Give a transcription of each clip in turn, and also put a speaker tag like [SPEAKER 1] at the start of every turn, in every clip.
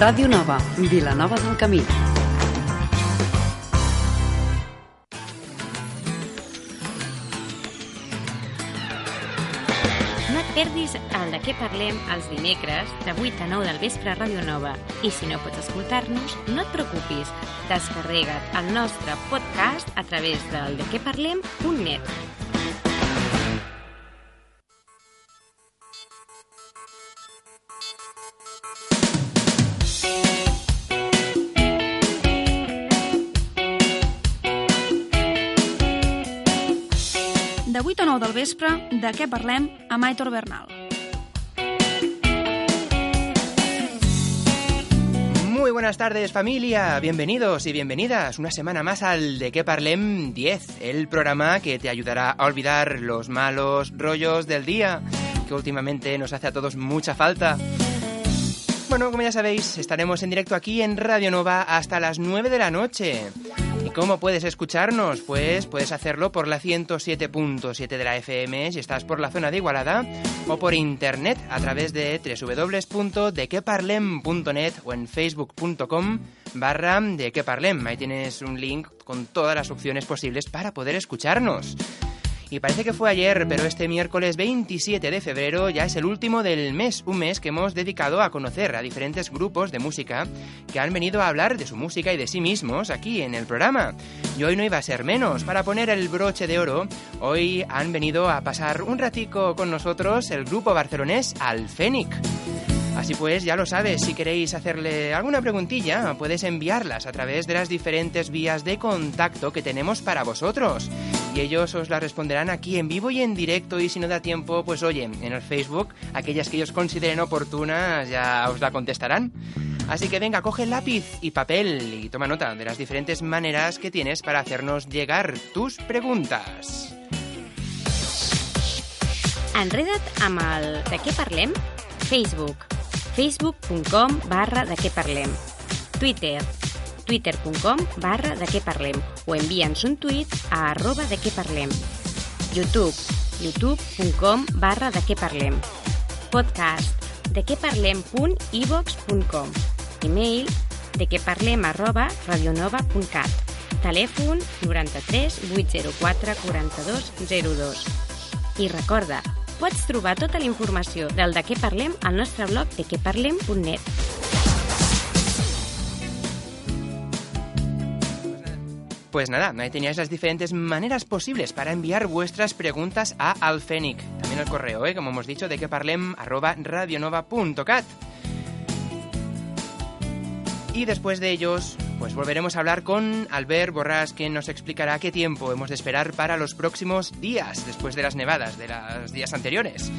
[SPEAKER 1] Ràdio Nova, Vilanova del Camí.
[SPEAKER 2] No et perdis el de què parlem els dimecres de 8 a 9 del vespre a Ràdio Nova. I si no pots escoltar-nos, no et preocupis. Descarrega't el nostre podcast a través del de què parlem.net.
[SPEAKER 3] De 8 a 9 del vespre, de què parlem amb Aitor Bernal.
[SPEAKER 4] Muy buenas tardes familia, bienvenidos y bienvenidas una semana más al De qué parlem 10, el programa que te ayudará a olvidar los malos rollos del día, que últimamente nos hace a todos mucha falta. Bueno, como ya sabéis, estaremos en directo aquí en Radio Nova hasta las 9 de la noche. ¿Y cómo puedes escucharnos? Pues puedes hacerlo por la 107.7 de la FM si estás por la zona de Igualada o por internet a través de www.dequeparlem.net o en facebook.com barra dequeparlem. Ahí tienes un link con todas las opciones posibles para poder escucharnos. Y parece que fue ayer, pero este miércoles 27 de febrero ya es el último del mes, un mes que hemos dedicado a conocer a diferentes grupos de música que han venido a hablar de su música y de sí mismos aquí en el programa. Y hoy no iba a ser menos, para poner el broche de oro, hoy han venido a pasar un ratico con nosotros el grupo barcelonés Al Fénix. Así pues, ya lo sabes, si queréis hacerle alguna preguntilla, puedes enviarlas a través de las diferentes vías de contacto que tenemos para vosotros. Y ellos os las responderán aquí en vivo y en directo y si no da tiempo, pues oye, en el Facebook, aquellas que ellos consideren oportunas ya os la contestarán. Así que venga, coge lápiz y papel y toma nota de las diferentes maneras que tienes para hacernos llegar tus preguntas.
[SPEAKER 2] Enreda't amb el de què parlem? Facebook. facebook.com barra de què parlem. Twitter. twitter.com barra de què parlem. O envia'ns un tuit a arroba de què parlem. YouTube. youtube.com barra de què parlem. Podcast. de què parlem.ivox.com. Email. de què parlem arroba radionova.cat. Telèfon 93 804 42 02. I recorda, pots trobar tota la informació del De què parlem al nostre blog de queparlem.net.
[SPEAKER 4] Pues nada, ahí teníais las diferentes maneras posibles para enviar vuestras preguntas a Alfenic. También el correo, ¿eh? como hemos dicho, de que parlem arroba radionova.cat. Y después de ellos, pues volveremos a hablar con Albert Borrás, quien nos explicará qué tiempo hemos de esperar para los próximos días, después de las nevadas de los días anteriores.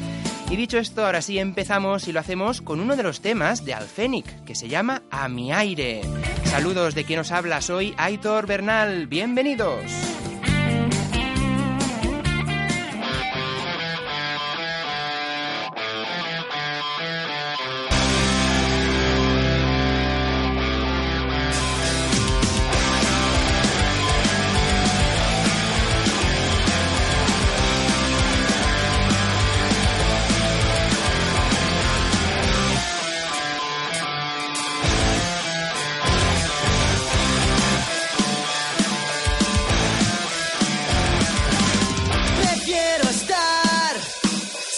[SPEAKER 4] Y dicho esto, ahora sí empezamos y lo hacemos con uno de los temas de Alfénic, que se llama A mi aire. Saludos de quien nos habla, soy Aitor Bernal, bienvenidos.
[SPEAKER 5] Prefiero estar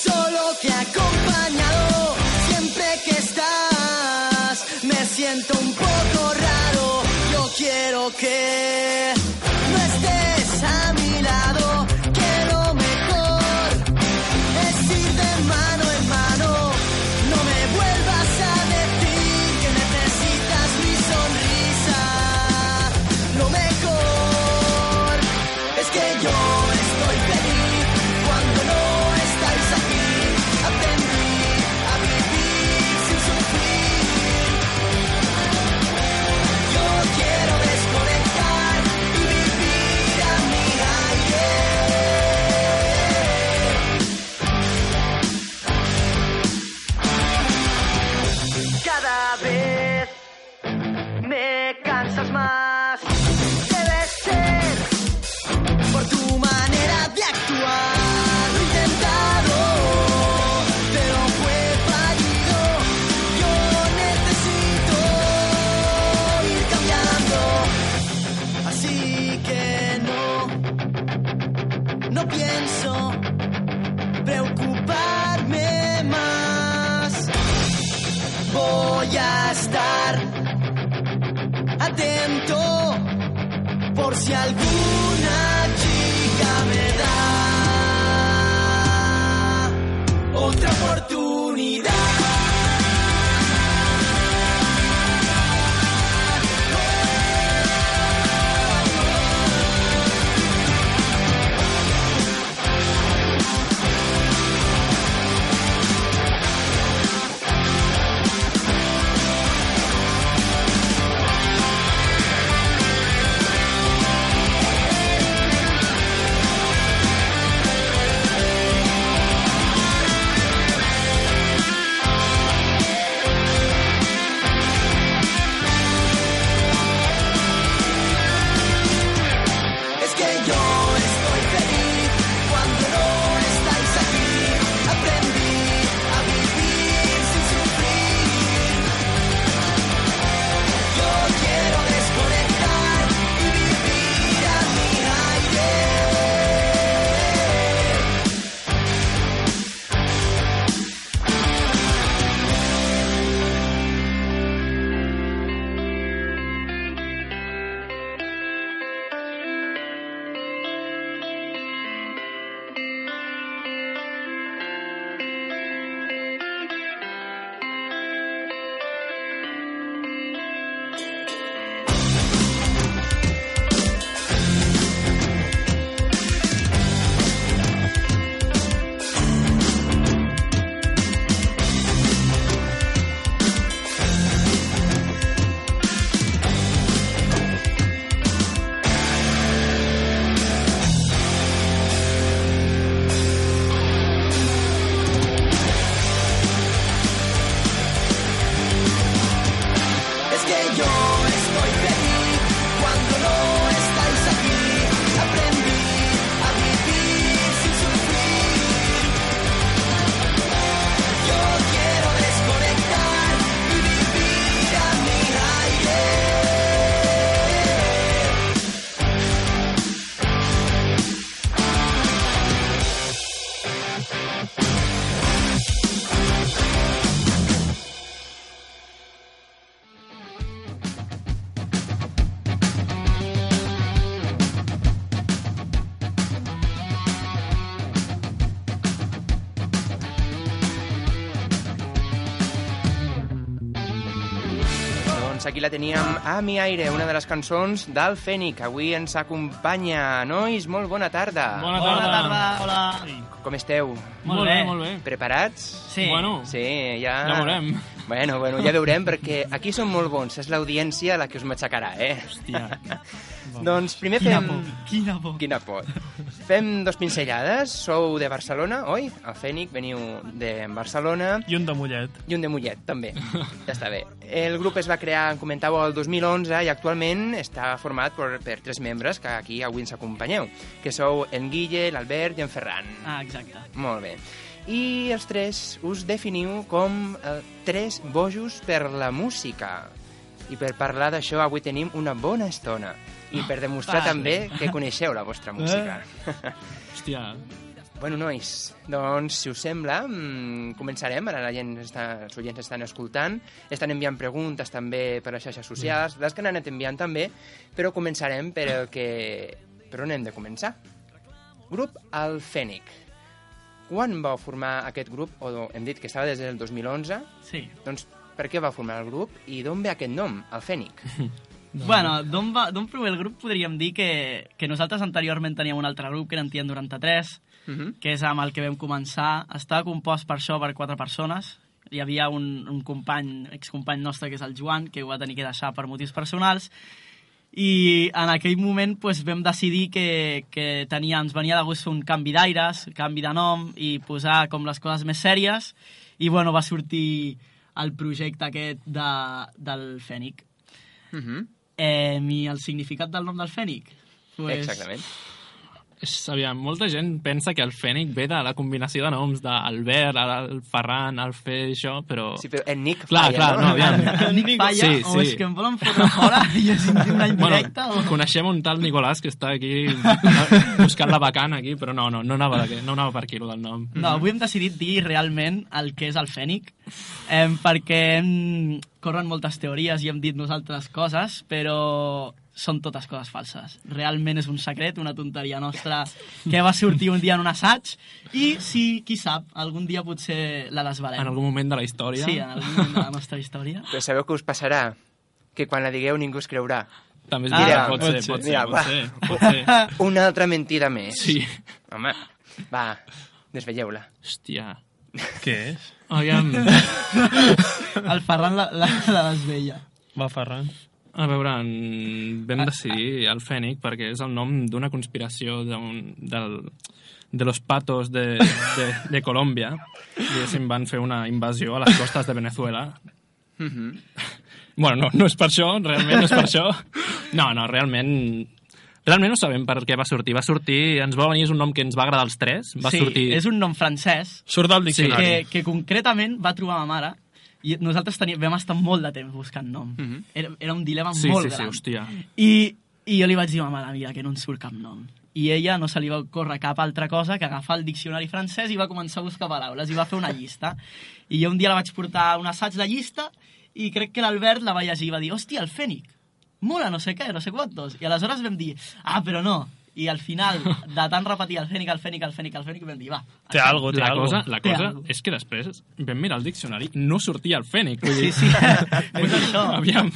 [SPEAKER 5] solo que acompañado. Siempre que estás, me siento un poco raro. Yo quiero que no estés a mi lado. Que lo mejor es ir de mano en mano. No me vuelvas a decir que necesitas mi sonrisa. Lo mejor es que yo estoy feliz cuando no estáis aquí. Aprendí a vivir sin sufrir. Yo quiero desconectar si alguna chica me da otra oportunidad. Es que yo estoy feliz cuando no estáis aquí. Aprendí a vivir sin sufrir. Yo quiero desconectar y vivir a mi aire. Es que yo estoy feliz cuando no estáis aquí. Aprendí a vivir sin sufrir. Yo quiero desconectar y vivir a mi aire.
[SPEAKER 4] Doncs aquí la teníem a mi aire, una de les cançons del Fènic. Avui ens acompanya. Nois, molt bona tarda.
[SPEAKER 6] Bona tarda. Bona tarda. Hola. Sí.
[SPEAKER 4] Com esteu?
[SPEAKER 6] Molt bé, Ah. molt bé.
[SPEAKER 4] Preparats?
[SPEAKER 6] Sí. Bueno, sí.
[SPEAKER 4] Sí, ja...
[SPEAKER 6] Ja veurem.
[SPEAKER 4] Bueno, bueno, ja veurem, perquè aquí som molt bons. És l'audiència la que us matxacarà, eh?
[SPEAKER 6] Hòstia.
[SPEAKER 4] Doncs primer
[SPEAKER 6] Quina
[SPEAKER 4] fem...
[SPEAKER 6] por. Quina por.
[SPEAKER 4] Quina por. Fem dos pincellades. Sou de Barcelona, oi? El Fènic, veniu de Barcelona.
[SPEAKER 7] I un de mullet.
[SPEAKER 4] I un de Mollet, també. Ja està bé. El grup es va crear, en comentàveu, el 2011 i actualment està format per, per tres membres que aquí avui ens acompanyeu, que sou en Guille, l'Albert i en Ferran.
[SPEAKER 8] Ah, exacte.
[SPEAKER 4] Molt bé. I els tres us definiu com eh, tres bojos per la música. I per parlar d'això avui tenim una bona estona. I per demostrar
[SPEAKER 8] fàcil.
[SPEAKER 4] també que coneixeu la vostra música.
[SPEAKER 7] Hòstia.
[SPEAKER 4] Bueno, nois, doncs, si us sembla, mm, començarem. Ara la gent està, els oients estan escoltant, estan enviant preguntes també per les xarxes
[SPEAKER 7] Mm.
[SPEAKER 4] socials, les que han anat enviant també, però començarem per el que... Per on hem de començar? Grup El Fènic. Quan vau formar aquest grup? O hem dit que estava des del 2011.
[SPEAKER 8] Sí.
[SPEAKER 4] Doncs per què va formar el grup i d'on ve aquest nom, El Fènic?
[SPEAKER 8] No. Bueno, d'on va- d'on prové el grup podríem dir que, que nosaltres anteriorment teníem un altre grup que era Entien 93,
[SPEAKER 4] Mhm.
[SPEAKER 8] que és amb el que vam començar. Estava compost per això per quatre persones. Hi havia un, un company, excompany nostre, que és el Joan, que ho va tenir que deixar per motius personals. I en aquell moment pues, vam decidir que, que tenia, ens venia de gust fer un canvi d'aires, canvi de nom i posar com les coses més sèries. I bueno, va sortir el projecte aquest de, del Fènic.
[SPEAKER 4] Uh -huh.
[SPEAKER 8] Eh, I el significat del nom del Fènic? Pues,
[SPEAKER 4] Exactament.
[SPEAKER 7] És, aviam, molta gent pensa que el fènic ve de la combinació de noms d'Albert, el Ferran, el Fe, això, però...
[SPEAKER 4] Sí, però en Nick
[SPEAKER 7] Clar,
[SPEAKER 4] falla,
[SPEAKER 7] clar,
[SPEAKER 4] no?
[SPEAKER 7] no, aviam.
[SPEAKER 8] Nick Palla, sí,
[SPEAKER 7] Sí,
[SPEAKER 8] sí. o
[SPEAKER 7] sí.
[SPEAKER 8] és que em volen fotre fora i és una indirecta
[SPEAKER 7] bueno,
[SPEAKER 8] o...
[SPEAKER 7] coneixem un tal Nicolàs que està aquí buscant la vacant aquí, però no, no, no anava, de, no anava per aquí, el del nom.
[SPEAKER 8] No, avui hem decidit dir realment el que és el fènic, eh, perquè hem... corren moltes teories i hem dit nosaltres coses, però són totes coses falses. Realment és un secret, una tonteria nostra que va sortir un dia en un assaig i, si qui sap, algun dia potser la desvelem.
[SPEAKER 7] En algun moment de la història.
[SPEAKER 8] Sí, en algun moment de la nostra història.
[SPEAKER 4] Però sabeu que us passarà? Que quan la digueu ningú es creurà.
[SPEAKER 7] També és
[SPEAKER 4] Mira,
[SPEAKER 7] veritat, pot,
[SPEAKER 4] Ah, pot
[SPEAKER 7] ser,
[SPEAKER 4] ser,
[SPEAKER 7] pot ser,
[SPEAKER 4] mira, va.
[SPEAKER 7] pot ser, pot ser.
[SPEAKER 4] Una altra mentida més.
[SPEAKER 7] Sí.
[SPEAKER 4] Home, va, desvelleu-la.
[SPEAKER 7] Hòstia.
[SPEAKER 9] Què és?
[SPEAKER 7] Aviam,
[SPEAKER 8] El Ferran la, la, la desvella.
[SPEAKER 9] Va, Ferran.
[SPEAKER 7] a veure, en- vam decidir el Fènic perquè és el nom d'una conspiració d'un, del, de los patos de, de, de Colòmbia. Diguéssim, van fer una invasió a les costes de Venezuela. Bueno, no, no és per això, realment no és per això. No, no, realment... Realment no sabem per què va sortir. Va sortir... Ens va venir, és un nom que ens va agradar als tres. Va
[SPEAKER 8] sí,
[SPEAKER 7] sortir...
[SPEAKER 8] és un nom francès
[SPEAKER 9] Surt del
[SPEAKER 7] Sí.
[SPEAKER 9] diccionari.
[SPEAKER 8] que, que concretament va trobar ma mare i nosaltres tenia, vam estar molt de temps buscant nom. era, era un dilema
[SPEAKER 7] Mhm. Sí,
[SPEAKER 8] molt
[SPEAKER 7] sí, sí,
[SPEAKER 8] gran.
[SPEAKER 7] hòstia.
[SPEAKER 8] I, I jo li vaig dir, "Ma mare mia, que no en surt cap nom. I ella no se li va córrer cap altra cosa que agafar el diccionari francès i va començar a buscar paraules i va fer una llista. I jo un dia la vaig portar a un assaig de llista i crec que l'Albert la va llegir i va dir, hòstia, el fènic, mola no sé què, no sé quantos. I aleshores vam dir, ah, però no. I al final, de tant repetir el fènic, el fènic, el fènic, el fènic, vam dir, va.
[SPEAKER 9] Té algo, té
[SPEAKER 7] la
[SPEAKER 9] algo.
[SPEAKER 7] cosa, la
[SPEAKER 8] Té
[SPEAKER 7] cosa
[SPEAKER 8] algo.
[SPEAKER 7] és que després vam mirar el diccionari i no sortia el fènic. Vull
[SPEAKER 8] Sí,
[SPEAKER 7] dir,
[SPEAKER 8] sí, és això.
[SPEAKER 7] Aviam.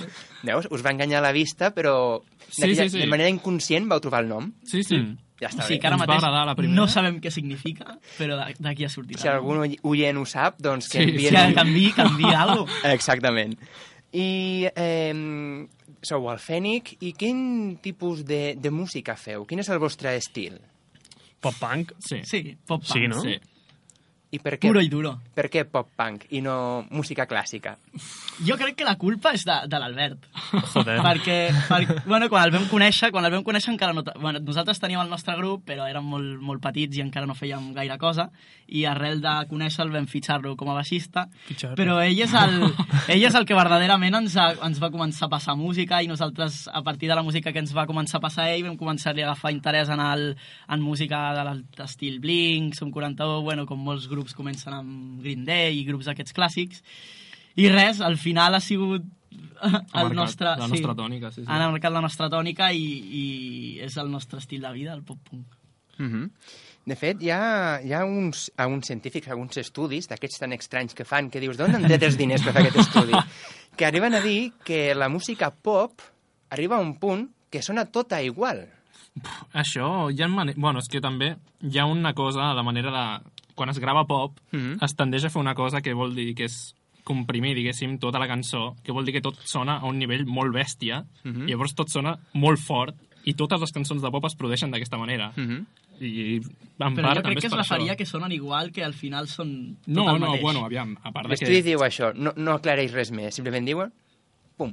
[SPEAKER 4] Veus? Us va enganyar la vista, però
[SPEAKER 7] Sí,
[SPEAKER 4] d'aquella-
[SPEAKER 7] sí, sí.
[SPEAKER 4] de manera inconscient vau trobar el nom.
[SPEAKER 7] Sí, sí.
[SPEAKER 4] Ja està
[SPEAKER 8] O sigui,
[SPEAKER 4] bé.
[SPEAKER 8] que ara
[SPEAKER 7] Ens va
[SPEAKER 8] mateix
[SPEAKER 7] agradar la primera.
[SPEAKER 8] no sabem què significa, però de- d'aquí ha sortit.
[SPEAKER 4] Si algun oy- oient ho sap, doncs que
[SPEAKER 7] Sí,
[SPEAKER 8] Si
[SPEAKER 4] envien...
[SPEAKER 8] ha de canviar, canvia alguna cosa.
[SPEAKER 4] Exactament. I eh, sou el Fènic, i quin tipus de, de música feu? Quin és el vostre estil?
[SPEAKER 9] Pop-punk?
[SPEAKER 7] Sí.
[SPEAKER 8] Sí, pop
[SPEAKER 9] Sí, no?
[SPEAKER 7] sí.
[SPEAKER 4] I per què,
[SPEAKER 8] Puro i duro.
[SPEAKER 4] per què pop-punk i no música clàssica?
[SPEAKER 8] Jo crec que la culpa és de, de l'Albert.
[SPEAKER 9] Joder.
[SPEAKER 8] perquè, perquè, bueno, quan el vam conèixer, quan el vam conèixer encara no... ta- Bueno, nosaltres teníem el nostre grup, però érem molt, molt petits i encara no fèiem gaire cosa, i arrel de conèixer-lo vam fitxar-lo com a baixista,
[SPEAKER 9] Fitxar-lo.
[SPEAKER 8] però ell és, el, ell és el que verdaderament ens, ha, ens va començar a passar música i nosaltres, a partir de la música que ens va començar a passar ell, vam començar a agafar interès en, el, en música de l'estil Blink, Som 41, bueno, com molts grups comencen amb Green Day i grups d'aquests clàssics, i res, al final ha sigut
[SPEAKER 7] Ha
[SPEAKER 8] el
[SPEAKER 7] marcat
[SPEAKER 8] nostre,
[SPEAKER 7] la nostra tònica, sí, sí.
[SPEAKER 8] Han marcat la nostra tònica i, i és el nostre estil de vida, el pop-punk.
[SPEAKER 4] Mhm. De fet, hi ha, hi ha uns, alguns científics, alguns estudis d'aquests tan estranys que fan, que dius, d'on han tret els diners per fer aquest estudi? que arriben a dir que la música pop arriba a un punt que sona tota igual.
[SPEAKER 7] Això, hi ha mane... Bueno, és que també hi ha una cosa, la manera de... Quan es grava pop,
[SPEAKER 8] Mm-hmm.
[SPEAKER 4] Mhm.
[SPEAKER 7] es tendeix a fer una cosa que vol dir que és comprimir, diguéssim, tota la cançó, que vol dir que tot sona a un nivell molt bèstia,
[SPEAKER 8] Mm-hmm.
[SPEAKER 4] Mhm.
[SPEAKER 7] i llavors tot sona molt fort, i totes les cançons de pop es produeixen d'aquesta manera.
[SPEAKER 4] Mhm.
[SPEAKER 7] I en
[SPEAKER 8] Mm-hmm. Però
[SPEAKER 7] part
[SPEAKER 8] jo crec
[SPEAKER 7] també
[SPEAKER 8] que
[SPEAKER 7] és
[SPEAKER 8] es
[SPEAKER 7] per això.
[SPEAKER 8] referia que sonen igual, que al final són tot
[SPEAKER 7] No,
[SPEAKER 8] el
[SPEAKER 7] no,
[SPEAKER 8] mateix.
[SPEAKER 7] bueno, aviam, a part de que...
[SPEAKER 4] L'estudi diu això, no, no aclareix res més, simplement diuen, pum.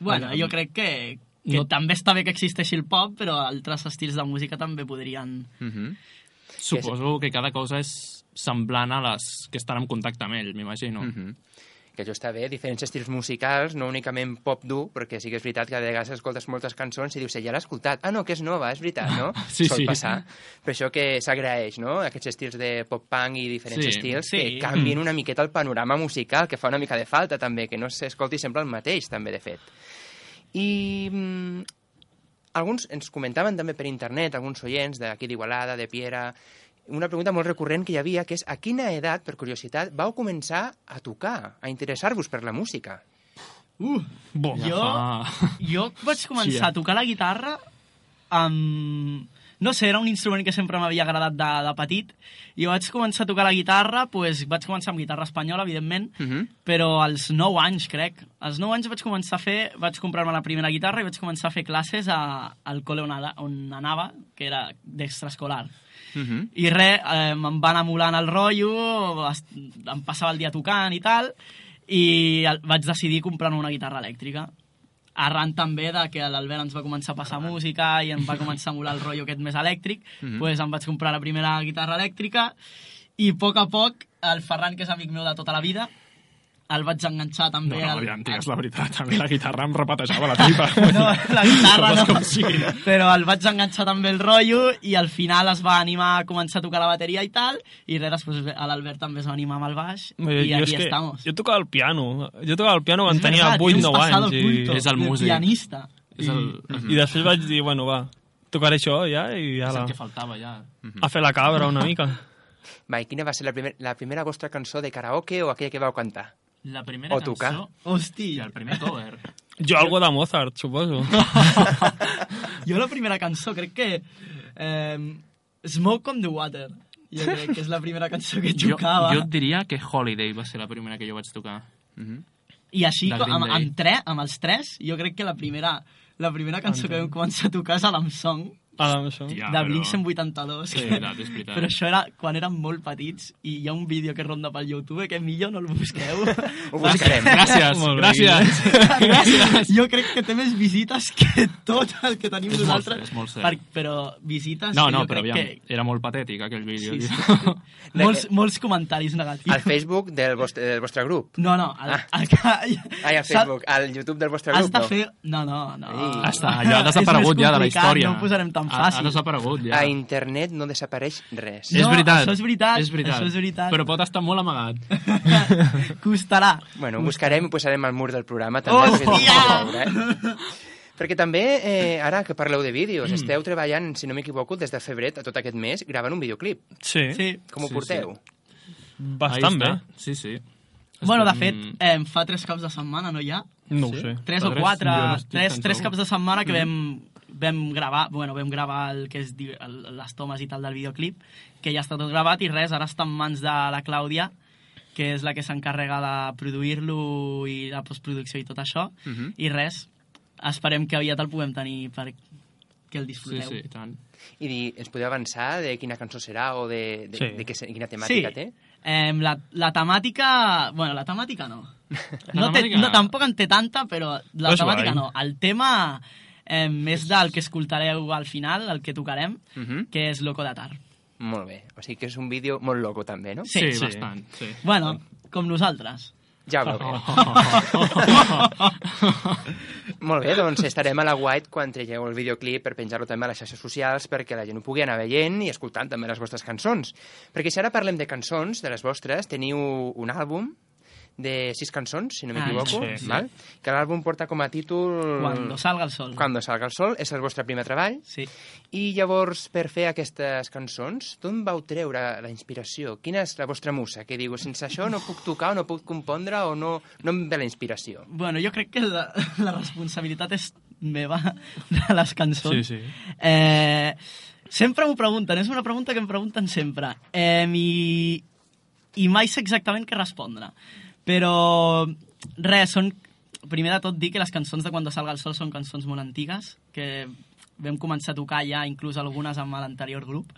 [SPEAKER 8] Bueno, jo crec que, que
[SPEAKER 7] No-
[SPEAKER 8] no. també està bé que existeixi el pop, però altres estils de música també podrien...
[SPEAKER 4] Mhm.
[SPEAKER 7] Suposo que cada cosa és semblant a les que estan en contacte amb ell, m'imagino. Mm
[SPEAKER 4] Mhm. Que això està bé, diferents estils musicals, no únicament pop dur, perquè sí que és veritat que a vegades escoltes moltes cançons i dius, ja l'he escoltat, ah, no, que és nova, és veritat, no?
[SPEAKER 7] Sí,
[SPEAKER 4] Sol
[SPEAKER 7] sí.
[SPEAKER 4] passar. Per això que s'agraeix, no?, aquests estils de pop-punk i diferents
[SPEAKER 7] Sí,
[SPEAKER 4] estils
[SPEAKER 8] sí.
[SPEAKER 4] que canvien una miqueta el panorama musical, que fa una mica de falta, també, que no s'escolti sempre el mateix, també, de fet. I mm, alguns ens comentaven també per internet, alguns oients d'aquí d'Igualada, de Piera, una pregunta molt recurrent que hi havia, que és a quina edat, per curiositat, vau començar a tocar, a interessar-vos per la música?
[SPEAKER 8] Uh,
[SPEAKER 9] Bo.
[SPEAKER 8] jo,
[SPEAKER 7] fa-
[SPEAKER 8] jo vaig començar
[SPEAKER 7] Sí, eh?
[SPEAKER 8] a tocar la guitarra amb... No sé, era un instrument que sempre m'havia agradat de, de petit. I vaig començar a tocar la guitarra, doncs vaig començar amb guitarra espanyola, evidentment,
[SPEAKER 4] Uh -huh.
[SPEAKER 8] però als 9 anys, crec. Als 9 anys vaig començar a fer... Vaig comprar-me la primera guitarra i vaig començar a fer classes a, al col·le on, ada- on anava, que era d'extraescolar.
[SPEAKER 4] Uh -huh.
[SPEAKER 8] I res, eh, em van emulant el rotllo, es, em passava el dia tocant i tal, i el, vaig decidir comprar una guitarra elèctrica. Arran també de que l'Albert ens va començar a passar música i em va començar a emular el rotllo aquest més elèctric, doncs
[SPEAKER 4] Mhm.
[SPEAKER 8] pues em vaig comprar la primera guitarra elèctrica i a poc a poc el Ferran, que és amic meu de tota la vida, el vaig enganxar
[SPEAKER 7] No,
[SPEAKER 8] també...
[SPEAKER 7] no,
[SPEAKER 8] al-
[SPEAKER 7] aviam, digues la veritat. A mi la guitarra em repetejava la tripa.
[SPEAKER 8] no, la guitarra
[SPEAKER 7] Fos
[SPEAKER 8] no.
[SPEAKER 7] Com sigui.
[SPEAKER 8] Però el vaig enganxar també el rotllo i al final es va animar a començar a tocar la bateria i tal, i res, després a l'Albert també es va animar amb el baix,
[SPEAKER 9] Jo,
[SPEAKER 8] i
[SPEAKER 9] jo, és
[SPEAKER 8] aquí
[SPEAKER 9] que
[SPEAKER 8] estamos.
[SPEAKER 9] jo tocava el piano. Jo tocava el piano quan
[SPEAKER 8] És
[SPEAKER 9] tenia
[SPEAKER 8] verdad, tens
[SPEAKER 9] 8-9
[SPEAKER 8] pasado
[SPEAKER 9] anys.
[SPEAKER 8] culto
[SPEAKER 9] I...
[SPEAKER 7] És el
[SPEAKER 8] de
[SPEAKER 7] músic.
[SPEAKER 8] Pianista.
[SPEAKER 7] És
[SPEAKER 9] I,
[SPEAKER 7] el-
[SPEAKER 4] mhm.
[SPEAKER 9] I després vaig dir, bueno, va, tocaré això ja i
[SPEAKER 7] És
[SPEAKER 9] ala,
[SPEAKER 7] el que faltava, ja.
[SPEAKER 9] a fer la cabra una mica.
[SPEAKER 4] Va, i quina va ser la, primer, la primera vostra cançó de karaoke o aquella que vau cantar?
[SPEAKER 6] La primera
[SPEAKER 4] O tocar.
[SPEAKER 6] cançó... I
[SPEAKER 8] Hòstia,
[SPEAKER 6] el primer cover.
[SPEAKER 9] Jo algo de Mozart, suposo.
[SPEAKER 8] jo la primera cançó crec que... Eh, Smoke on the Water. Jo crec que és la primera cançó que
[SPEAKER 7] Jo,
[SPEAKER 8] tocava.
[SPEAKER 7] jo et diria que Holiday va ser la primera que jo vaig tocar.
[SPEAKER 4] Mhm.
[SPEAKER 8] I així,
[SPEAKER 7] de
[SPEAKER 8] com,
[SPEAKER 7] Green
[SPEAKER 8] amb,
[SPEAKER 7] Day.
[SPEAKER 8] amb, tre, amb els tres, jo crec que la primera, la primera cançó que vam començar a tocar és Alam Song,
[SPEAKER 9] Ara, això.
[SPEAKER 7] Ja,
[SPEAKER 8] de Blink-182.
[SPEAKER 7] Sí, és veritat, és veritat.
[SPEAKER 8] Però això era quan érem molt petits i hi ha un vídeo que ronda pel YouTube que millor no el busqueu.
[SPEAKER 4] Ho buscarem.
[SPEAKER 7] Gràcies,
[SPEAKER 9] Molt bé.
[SPEAKER 7] gràcies.
[SPEAKER 8] Gràcies. Jo crec que té més visites que tot el que tenim
[SPEAKER 7] És molt
[SPEAKER 8] nosaltres.
[SPEAKER 7] cert, és molt cert.
[SPEAKER 8] però visites...
[SPEAKER 7] No,
[SPEAKER 8] que jo
[SPEAKER 7] no,
[SPEAKER 8] crec
[SPEAKER 7] però aviam,
[SPEAKER 8] que...
[SPEAKER 7] era molt patètic aquell vídeo.
[SPEAKER 8] Sí, sí.
[SPEAKER 7] tio.
[SPEAKER 8] molts, molts comentaris
[SPEAKER 4] Al
[SPEAKER 8] negatius.
[SPEAKER 4] Facebook del vostre, del vostre grup.
[SPEAKER 8] No, no, el,
[SPEAKER 4] Ah.
[SPEAKER 8] el, el,
[SPEAKER 4] Ai, al Facebook, al YouTube del vostre grup,
[SPEAKER 8] Has de
[SPEAKER 4] no?
[SPEAKER 8] fer... No, no, no.
[SPEAKER 4] Ei.
[SPEAKER 7] Ja està, allò ha
[SPEAKER 8] Ah, És
[SPEAKER 7] desaparegut
[SPEAKER 8] més
[SPEAKER 7] ja de la
[SPEAKER 8] complicat,
[SPEAKER 7] història.
[SPEAKER 8] No ho posarem tan
[SPEAKER 7] Ha-
[SPEAKER 8] fàcil.
[SPEAKER 7] Ha, desaparegut ja.
[SPEAKER 4] A internet no desapareix res.
[SPEAKER 8] No,
[SPEAKER 7] és veritat.
[SPEAKER 8] això és veritat,
[SPEAKER 7] És veritat.
[SPEAKER 8] això és veritat.
[SPEAKER 7] Però pot estar molt amagat.
[SPEAKER 8] Costarà.
[SPEAKER 4] Bueno, ho buscarem i ho posarem al mur del programa. També,
[SPEAKER 8] Hòstia!
[SPEAKER 4] perquè és un poc pobre, eh? Perquè també, eh, ara que parleu de vídeos, esteu treballant, si no m'equivoco, des de febrer a tot aquest mes, gravant un videoclip.
[SPEAKER 9] Sí, sí,
[SPEAKER 8] Sí.
[SPEAKER 7] Eh?
[SPEAKER 4] Com ho
[SPEAKER 7] Sí,
[SPEAKER 4] porteu?
[SPEAKER 9] bastant
[SPEAKER 7] Ahí
[SPEAKER 9] bé.
[SPEAKER 7] està. Sí, sí.
[SPEAKER 8] Bueno, de
[SPEAKER 7] Estem-
[SPEAKER 8] fet, eh, fa tres caps de setmana, no hi ha?
[SPEAKER 9] No ho sé.
[SPEAKER 8] Tres
[SPEAKER 7] Fa
[SPEAKER 8] o
[SPEAKER 7] tres?
[SPEAKER 8] quatre,
[SPEAKER 7] Jo no estic
[SPEAKER 8] tres,
[SPEAKER 7] tan
[SPEAKER 8] tres
[SPEAKER 7] segur.
[SPEAKER 8] caps de setmana que vam, vam gravar, bueno, vam gravar el que es diu, el, les tomes i tal del videoclip, que ja està tot gravat i res, ara està en mans de la Clàudia, que és la que s'encarrega de produir-lo i la postproducció i tot això,
[SPEAKER 7] Mhm.
[SPEAKER 8] i res, esperem que aviat el puguem tenir per que el
[SPEAKER 7] Sí,
[SPEAKER 8] disfruteu.
[SPEAKER 7] sí, i tant.
[SPEAKER 4] I dir, ens podeu avançar de quina cançó serà o de, de,
[SPEAKER 9] Sí.
[SPEAKER 4] de què, se- quina temàtica té?
[SPEAKER 8] Eh, la, la temàtica... Bueno, la temàtica no.
[SPEAKER 7] La
[SPEAKER 8] no, té,
[SPEAKER 7] temàtica-
[SPEAKER 8] no tampoc en té tanta, però la
[SPEAKER 9] Però és
[SPEAKER 8] temàtica
[SPEAKER 9] guai.
[SPEAKER 8] no. El tema eh, és del que escoltareu al final, el que tocarem,
[SPEAKER 4] Mhm.
[SPEAKER 8] que és Loco de Tar.
[SPEAKER 4] Molt bé. O sigui que és un vídeo molt loco, també, no?
[SPEAKER 8] Sí,
[SPEAKER 7] sí,
[SPEAKER 8] sí.
[SPEAKER 7] bastant. Sí.
[SPEAKER 8] Bueno, com nosaltres.
[SPEAKER 4] Ja ho veurem. Molt bé, doncs estarem a la White quan traieu el videoclip per penjar-lo també a les xarxes socials perquè la gent ho pugui anar veient i escoltant també les vostres cançons. Perquè si ara parlem de cançons, de les vostres, teniu un àlbum de sis cançons, si no
[SPEAKER 8] Ah,
[SPEAKER 4] m'equivoco,
[SPEAKER 9] sí.
[SPEAKER 4] val? que l'àlbum porta com a títol...
[SPEAKER 8] Cuando salga el sol.
[SPEAKER 4] Cuando salga el sol, és el vostre primer treball.
[SPEAKER 8] Sí.
[SPEAKER 4] I llavors, per fer aquestes cançons, d'on vau treure la inspiració? Quina és la vostra musa? Que diu, sense això no puc tocar o no puc compondre o no, no em ve la inspiració.
[SPEAKER 8] Bueno, jo crec que la, la responsabilitat és meva de les cançons.
[SPEAKER 9] Sí, sí.
[SPEAKER 8] Eh, sempre m'ho pregunten, és una pregunta que em pregunten sempre. Eh, i, I mai sé exactament què respondre. Però, res, són... Primer de tot dir que les cançons de Quan salga el sol són cançons molt antigues, que vam començar a tocar ja, inclús algunes amb l'anterior grup.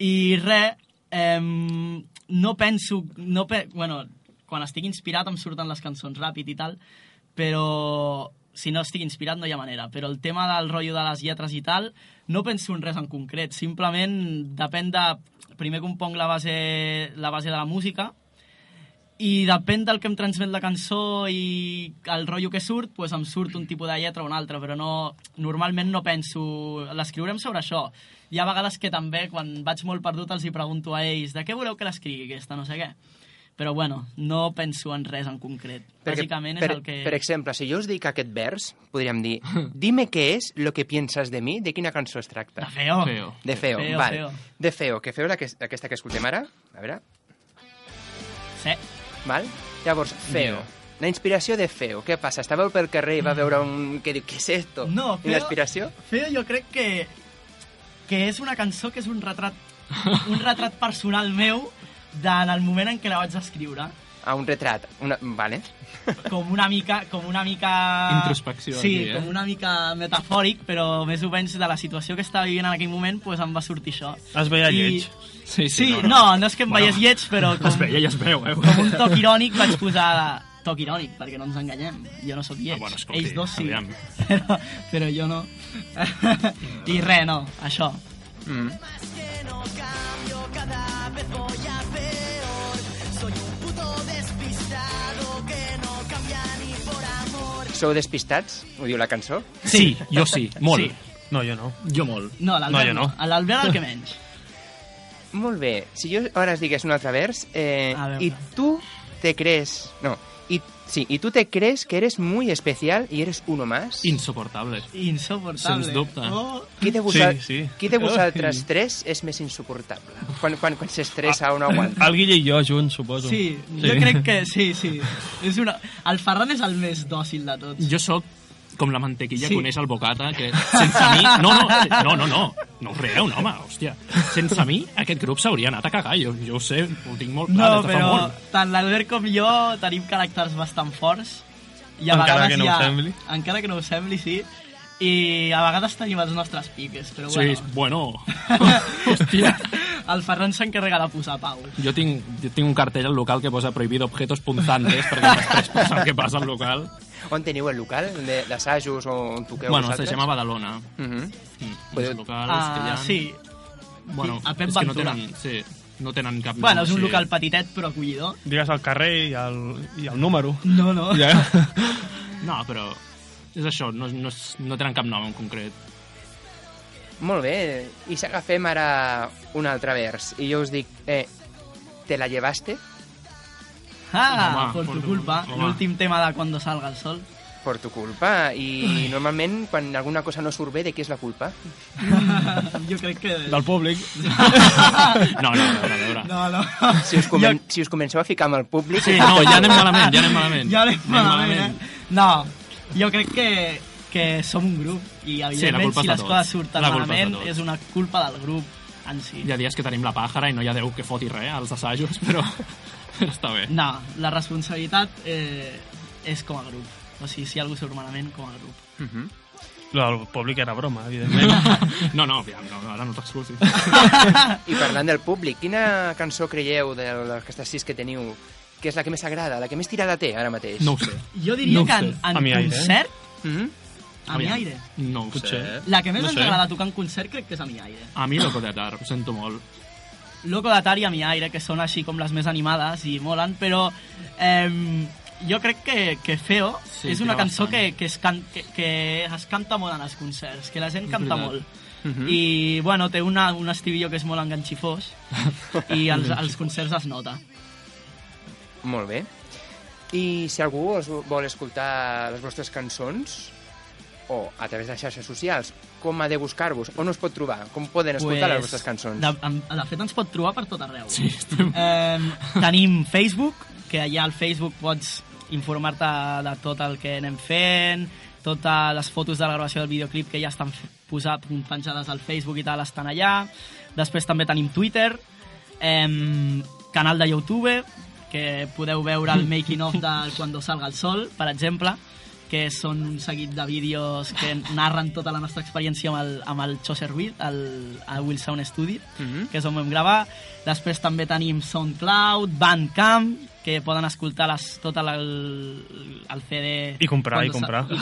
[SPEAKER 8] I res, ehm, no penso... No pe bueno, quan estic inspirat em surten les cançons ràpid i tal, però si no estic inspirat no hi ha manera. Però el tema del rotllo de les lletres i tal, no penso en res en concret, simplement depèn de... Primer componc la base, la base de la música i depèn del que em transmet la cançó i el rotllo que surt, doncs em surt un tipus de lletra o un altre, però no, normalment no penso... L'escriurem sobre això. Hi ha vegades que també, quan vaig molt perdut, els hi pregunto a ells de què voleu que l'escrigui aquesta, no sé què. Però bueno, no penso en res en concret. Bàsicament
[SPEAKER 4] per,
[SPEAKER 8] és el que...
[SPEAKER 4] Per exemple, si jo us dic aquest vers, podríem dir, dime què és lo que piensas de mi, de quina cançó es tracta.
[SPEAKER 8] De feo.
[SPEAKER 7] Feo.
[SPEAKER 4] De feo,
[SPEAKER 8] Feo,
[SPEAKER 4] vale.
[SPEAKER 8] feo.
[SPEAKER 4] De feo, que feo és aquest, aquesta que escoltem ara, a veure,
[SPEAKER 8] Sí.
[SPEAKER 4] val? Llavors, feo. La inspiració de feo, què passa? Estàveu pel carrer i va veure un... que diu, què és esto?
[SPEAKER 8] No,
[SPEAKER 4] I
[SPEAKER 8] feo...
[SPEAKER 4] l'inspiració?
[SPEAKER 8] Feo jo crec que... que és una cançó que és un retrat, un retrat personal meu del el moment en què la vaig escriure.
[SPEAKER 4] A un retrat. Una... Vale.
[SPEAKER 8] com una mica... Com una mica...
[SPEAKER 7] Introspecció
[SPEAKER 8] Sí,
[SPEAKER 7] aquí, eh?
[SPEAKER 8] com una mica metafòric, però més o menys de la situació que estava vivint en aquell moment, doncs em va sortir això.
[SPEAKER 9] Es veia lleig.
[SPEAKER 7] Sí, sí,
[SPEAKER 8] Sí, no, no és que em veiés lleig, però com,
[SPEAKER 7] Es veia i es veu, eh?
[SPEAKER 8] com un toc irònic vaig posar toc irònic, perquè no ens enganyem. Jo no sóc lleig.
[SPEAKER 7] Ah, bueno, escolti,
[SPEAKER 8] Ells dos sí.
[SPEAKER 7] aviam.
[SPEAKER 8] Però, però jo no. I res, no, això.
[SPEAKER 4] Mm.
[SPEAKER 5] Más que no cambio, cada vez voy a peor. Soy un puto despistado que no cambia ni por amor.
[SPEAKER 4] Sou despistats, ho diu la cançó.
[SPEAKER 7] Sí, jo sí, molt. Sí.
[SPEAKER 9] No, jo no.
[SPEAKER 7] Jo molt.
[SPEAKER 8] No,
[SPEAKER 9] No,
[SPEAKER 8] l'Albert
[SPEAKER 9] jo
[SPEAKER 8] no.
[SPEAKER 9] no.
[SPEAKER 8] no. L'Albert el que menys.
[SPEAKER 4] Molt bé. Si jo ara es digués un altre vers, eh,
[SPEAKER 8] A veure.
[SPEAKER 4] i tu te crees... No, y, sí, y tú te crees que eres muy especial y eres uno más.
[SPEAKER 7] Insoportable.
[SPEAKER 8] Insoportable.
[SPEAKER 7] Sens dubte.
[SPEAKER 8] Oh.
[SPEAKER 4] Qui de, vosa...
[SPEAKER 9] Sí, sí.
[SPEAKER 4] Qui de vosaltres tres és més insuportable? Quan, quan, quan s'estressa o no aguanta.
[SPEAKER 9] El Guille i jo junts, suposo.
[SPEAKER 8] Sí, sí, jo crec que sí, sí. És una... El Ferran és el més dòcil de tots.
[SPEAKER 7] Jo sóc com la mantequilla
[SPEAKER 8] Sí.
[SPEAKER 7] sí. que uneix el bocata, que sense mi... No, no, no, no, no, no us rieu, no, home, hòstia. Sense mi, aquest grup s'hauria anat a cagar, jo, jo ho sé, ho tinc molt clar,
[SPEAKER 8] No,
[SPEAKER 7] des de fa
[SPEAKER 8] però
[SPEAKER 7] ah, molt.
[SPEAKER 8] tant l'Albert com jo tenim caràcters bastant forts. I a
[SPEAKER 9] Encara
[SPEAKER 8] vegades
[SPEAKER 9] que no
[SPEAKER 8] hi ha...
[SPEAKER 9] ho sembli.
[SPEAKER 8] Encara que no ho sembli, sí. I a vegades tenim els nostres piques, però
[SPEAKER 7] Sí,
[SPEAKER 8] bueno.
[SPEAKER 7] bueno, hòstia.
[SPEAKER 8] El Ferran s'encarrega de posar pau.
[SPEAKER 7] Jo tinc, jo tinc un cartell al local que posa prohibido objetos punzantes perquè després passa el que passa al local.
[SPEAKER 4] On teniu el local de- d'assajos o on toqueu
[SPEAKER 7] bueno,
[SPEAKER 4] vosaltres?
[SPEAKER 7] es deixem a Badalona.
[SPEAKER 4] Uh
[SPEAKER 7] Mm,
[SPEAKER 4] Podeu-
[SPEAKER 7] uns locals que hi
[SPEAKER 8] Ah,
[SPEAKER 7] ha...
[SPEAKER 8] sí.
[SPEAKER 7] Bueno,
[SPEAKER 8] a Pep
[SPEAKER 7] és que no
[SPEAKER 8] Ventura.
[SPEAKER 7] tenen, sí, no tenen cap nom.
[SPEAKER 8] Bueno, és un
[SPEAKER 7] sí.
[SPEAKER 8] local petitet però acollidor.
[SPEAKER 9] Digues el carrer i el, i el número.
[SPEAKER 8] No, no.
[SPEAKER 9] Ja.
[SPEAKER 7] No, però és això, no, no, és- no tenen cap nom en concret.
[SPEAKER 4] Molt bé, i si agafem ara un altre vers i jo us dic, eh, ¿te la llevaste?
[SPEAKER 8] Ah,
[SPEAKER 7] Home,
[SPEAKER 8] por
[SPEAKER 7] por
[SPEAKER 8] tu
[SPEAKER 7] tu-
[SPEAKER 8] culpa.
[SPEAKER 7] home.
[SPEAKER 8] L'últim tema de Cuando salga el sol.
[SPEAKER 4] Por tu culpa. I normalment, quan alguna cosa no surt bé, de qui és la culpa?
[SPEAKER 8] jo crec que...
[SPEAKER 9] Del públic.
[SPEAKER 7] No, no, no, a veure.
[SPEAKER 8] No, no.
[SPEAKER 4] Si us, comen si us comenceu a ficar amb el públic...
[SPEAKER 7] Sí, no, ja anem malament, ja anem malament.
[SPEAKER 8] Ja anem malament, eh? No, jo crec que, que som un grup i, evidentment,
[SPEAKER 7] culpa
[SPEAKER 8] si
[SPEAKER 7] és de
[SPEAKER 8] les
[SPEAKER 7] tots.
[SPEAKER 8] coses surten
[SPEAKER 7] La culpa és de
[SPEAKER 8] malament,
[SPEAKER 7] tots.
[SPEAKER 8] és una culpa del grup en si.
[SPEAKER 7] Hi ha dies que tenim la pàjara i no hi ha Déu que foti res als assajos, però, però està bé.
[SPEAKER 8] No, la responsabilitat eh, és com a grup. O sigui, si algú surt malament, com a grup.
[SPEAKER 4] Mhm.
[SPEAKER 9] No, el públic era broma, evidentment.
[SPEAKER 7] No, no, aviam, no, ara no t'excusis.
[SPEAKER 4] I parlant del públic, quina cançó creieu de les aquestes sis que teniu que és la que més agrada, la que més tirada té ara mateix?
[SPEAKER 7] No ho sé.
[SPEAKER 8] Jo diria
[SPEAKER 7] No ho
[SPEAKER 8] que en,
[SPEAKER 7] sé.
[SPEAKER 8] en
[SPEAKER 9] A mi aire, eh?
[SPEAKER 8] concert,
[SPEAKER 4] Mhm.
[SPEAKER 8] a mi aire.
[SPEAKER 7] No ho
[SPEAKER 9] Potser.
[SPEAKER 7] sé.
[SPEAKER 8] La que més
[SPEAKER 7] Eh? No
[SPEAKER 8] ens
[SPEAKER 7] sé.
[SPEAKER 8] agrada tocar en concert crec que és a mi aire.
[SPEAKER 7] A mi Loco de Tar, ho sento molt.
[SPEAKER 8] Loco d'Atar i a mi aire, que són així com les més animades i molen, però eh, jo crec que, que Feo
[SPEAKER 7] Sí,
[SPEAKER 8] és una
[SPEAKER 7] tira
[SPEAKER 8] cançó
[SPEAKER 7] bastant.
[SPEAKER 8] que, que, es can, que, que es canta molt en els concerts, que la gent
[SPEAKER 7] És
[SPEAKER 8] canta
[SPEAKER 7] veritat. Mhm.
[SPEAKER 8] molt. I, bueno, té una, un estribillo que és molt enganxifós i als, als concerts es nota.
[SPEAKER 4] Molt bé. I si algú us vol escoltar les vostres cançons, o a través de les xarxes socials, com ha de buscar-vos? On us pot trobar? Com poden escoltar les vostres cançons?
[SPEAKER 8] De, em- de fet, ens pot trobar per tot arreu.
[SPEAKER 7] Sí, estem...
[SPEAKER 8] Eh, tenim Facebook, que allà al Facebook pots informar-te de tot el que anem fent, totes les fotos de la gravació del videoclip que ja estan f- posa- penjades al Facebook i tal estan allà. Després també tenim Twitter, eh, canal de YouTube, que podeu veure el making of de Cuando salga el sol, per exemple, que són un seguit de vídeos que narren tota la nostra experiència amb el, amb el Cho Servit, el, a Will Sound Studio,
[SPEAKER 4] Mhm.
[SPEAKER 8] que és on vam gravar. Després també tenim SoundCloud, Bandcamp, que poden escoltar les, tot el, el CD...
[SPEAKER 9] I comprar,
[SPEAKER 8] quan
[SPEAKER 9] i comprar.
[SPEAKER 8] I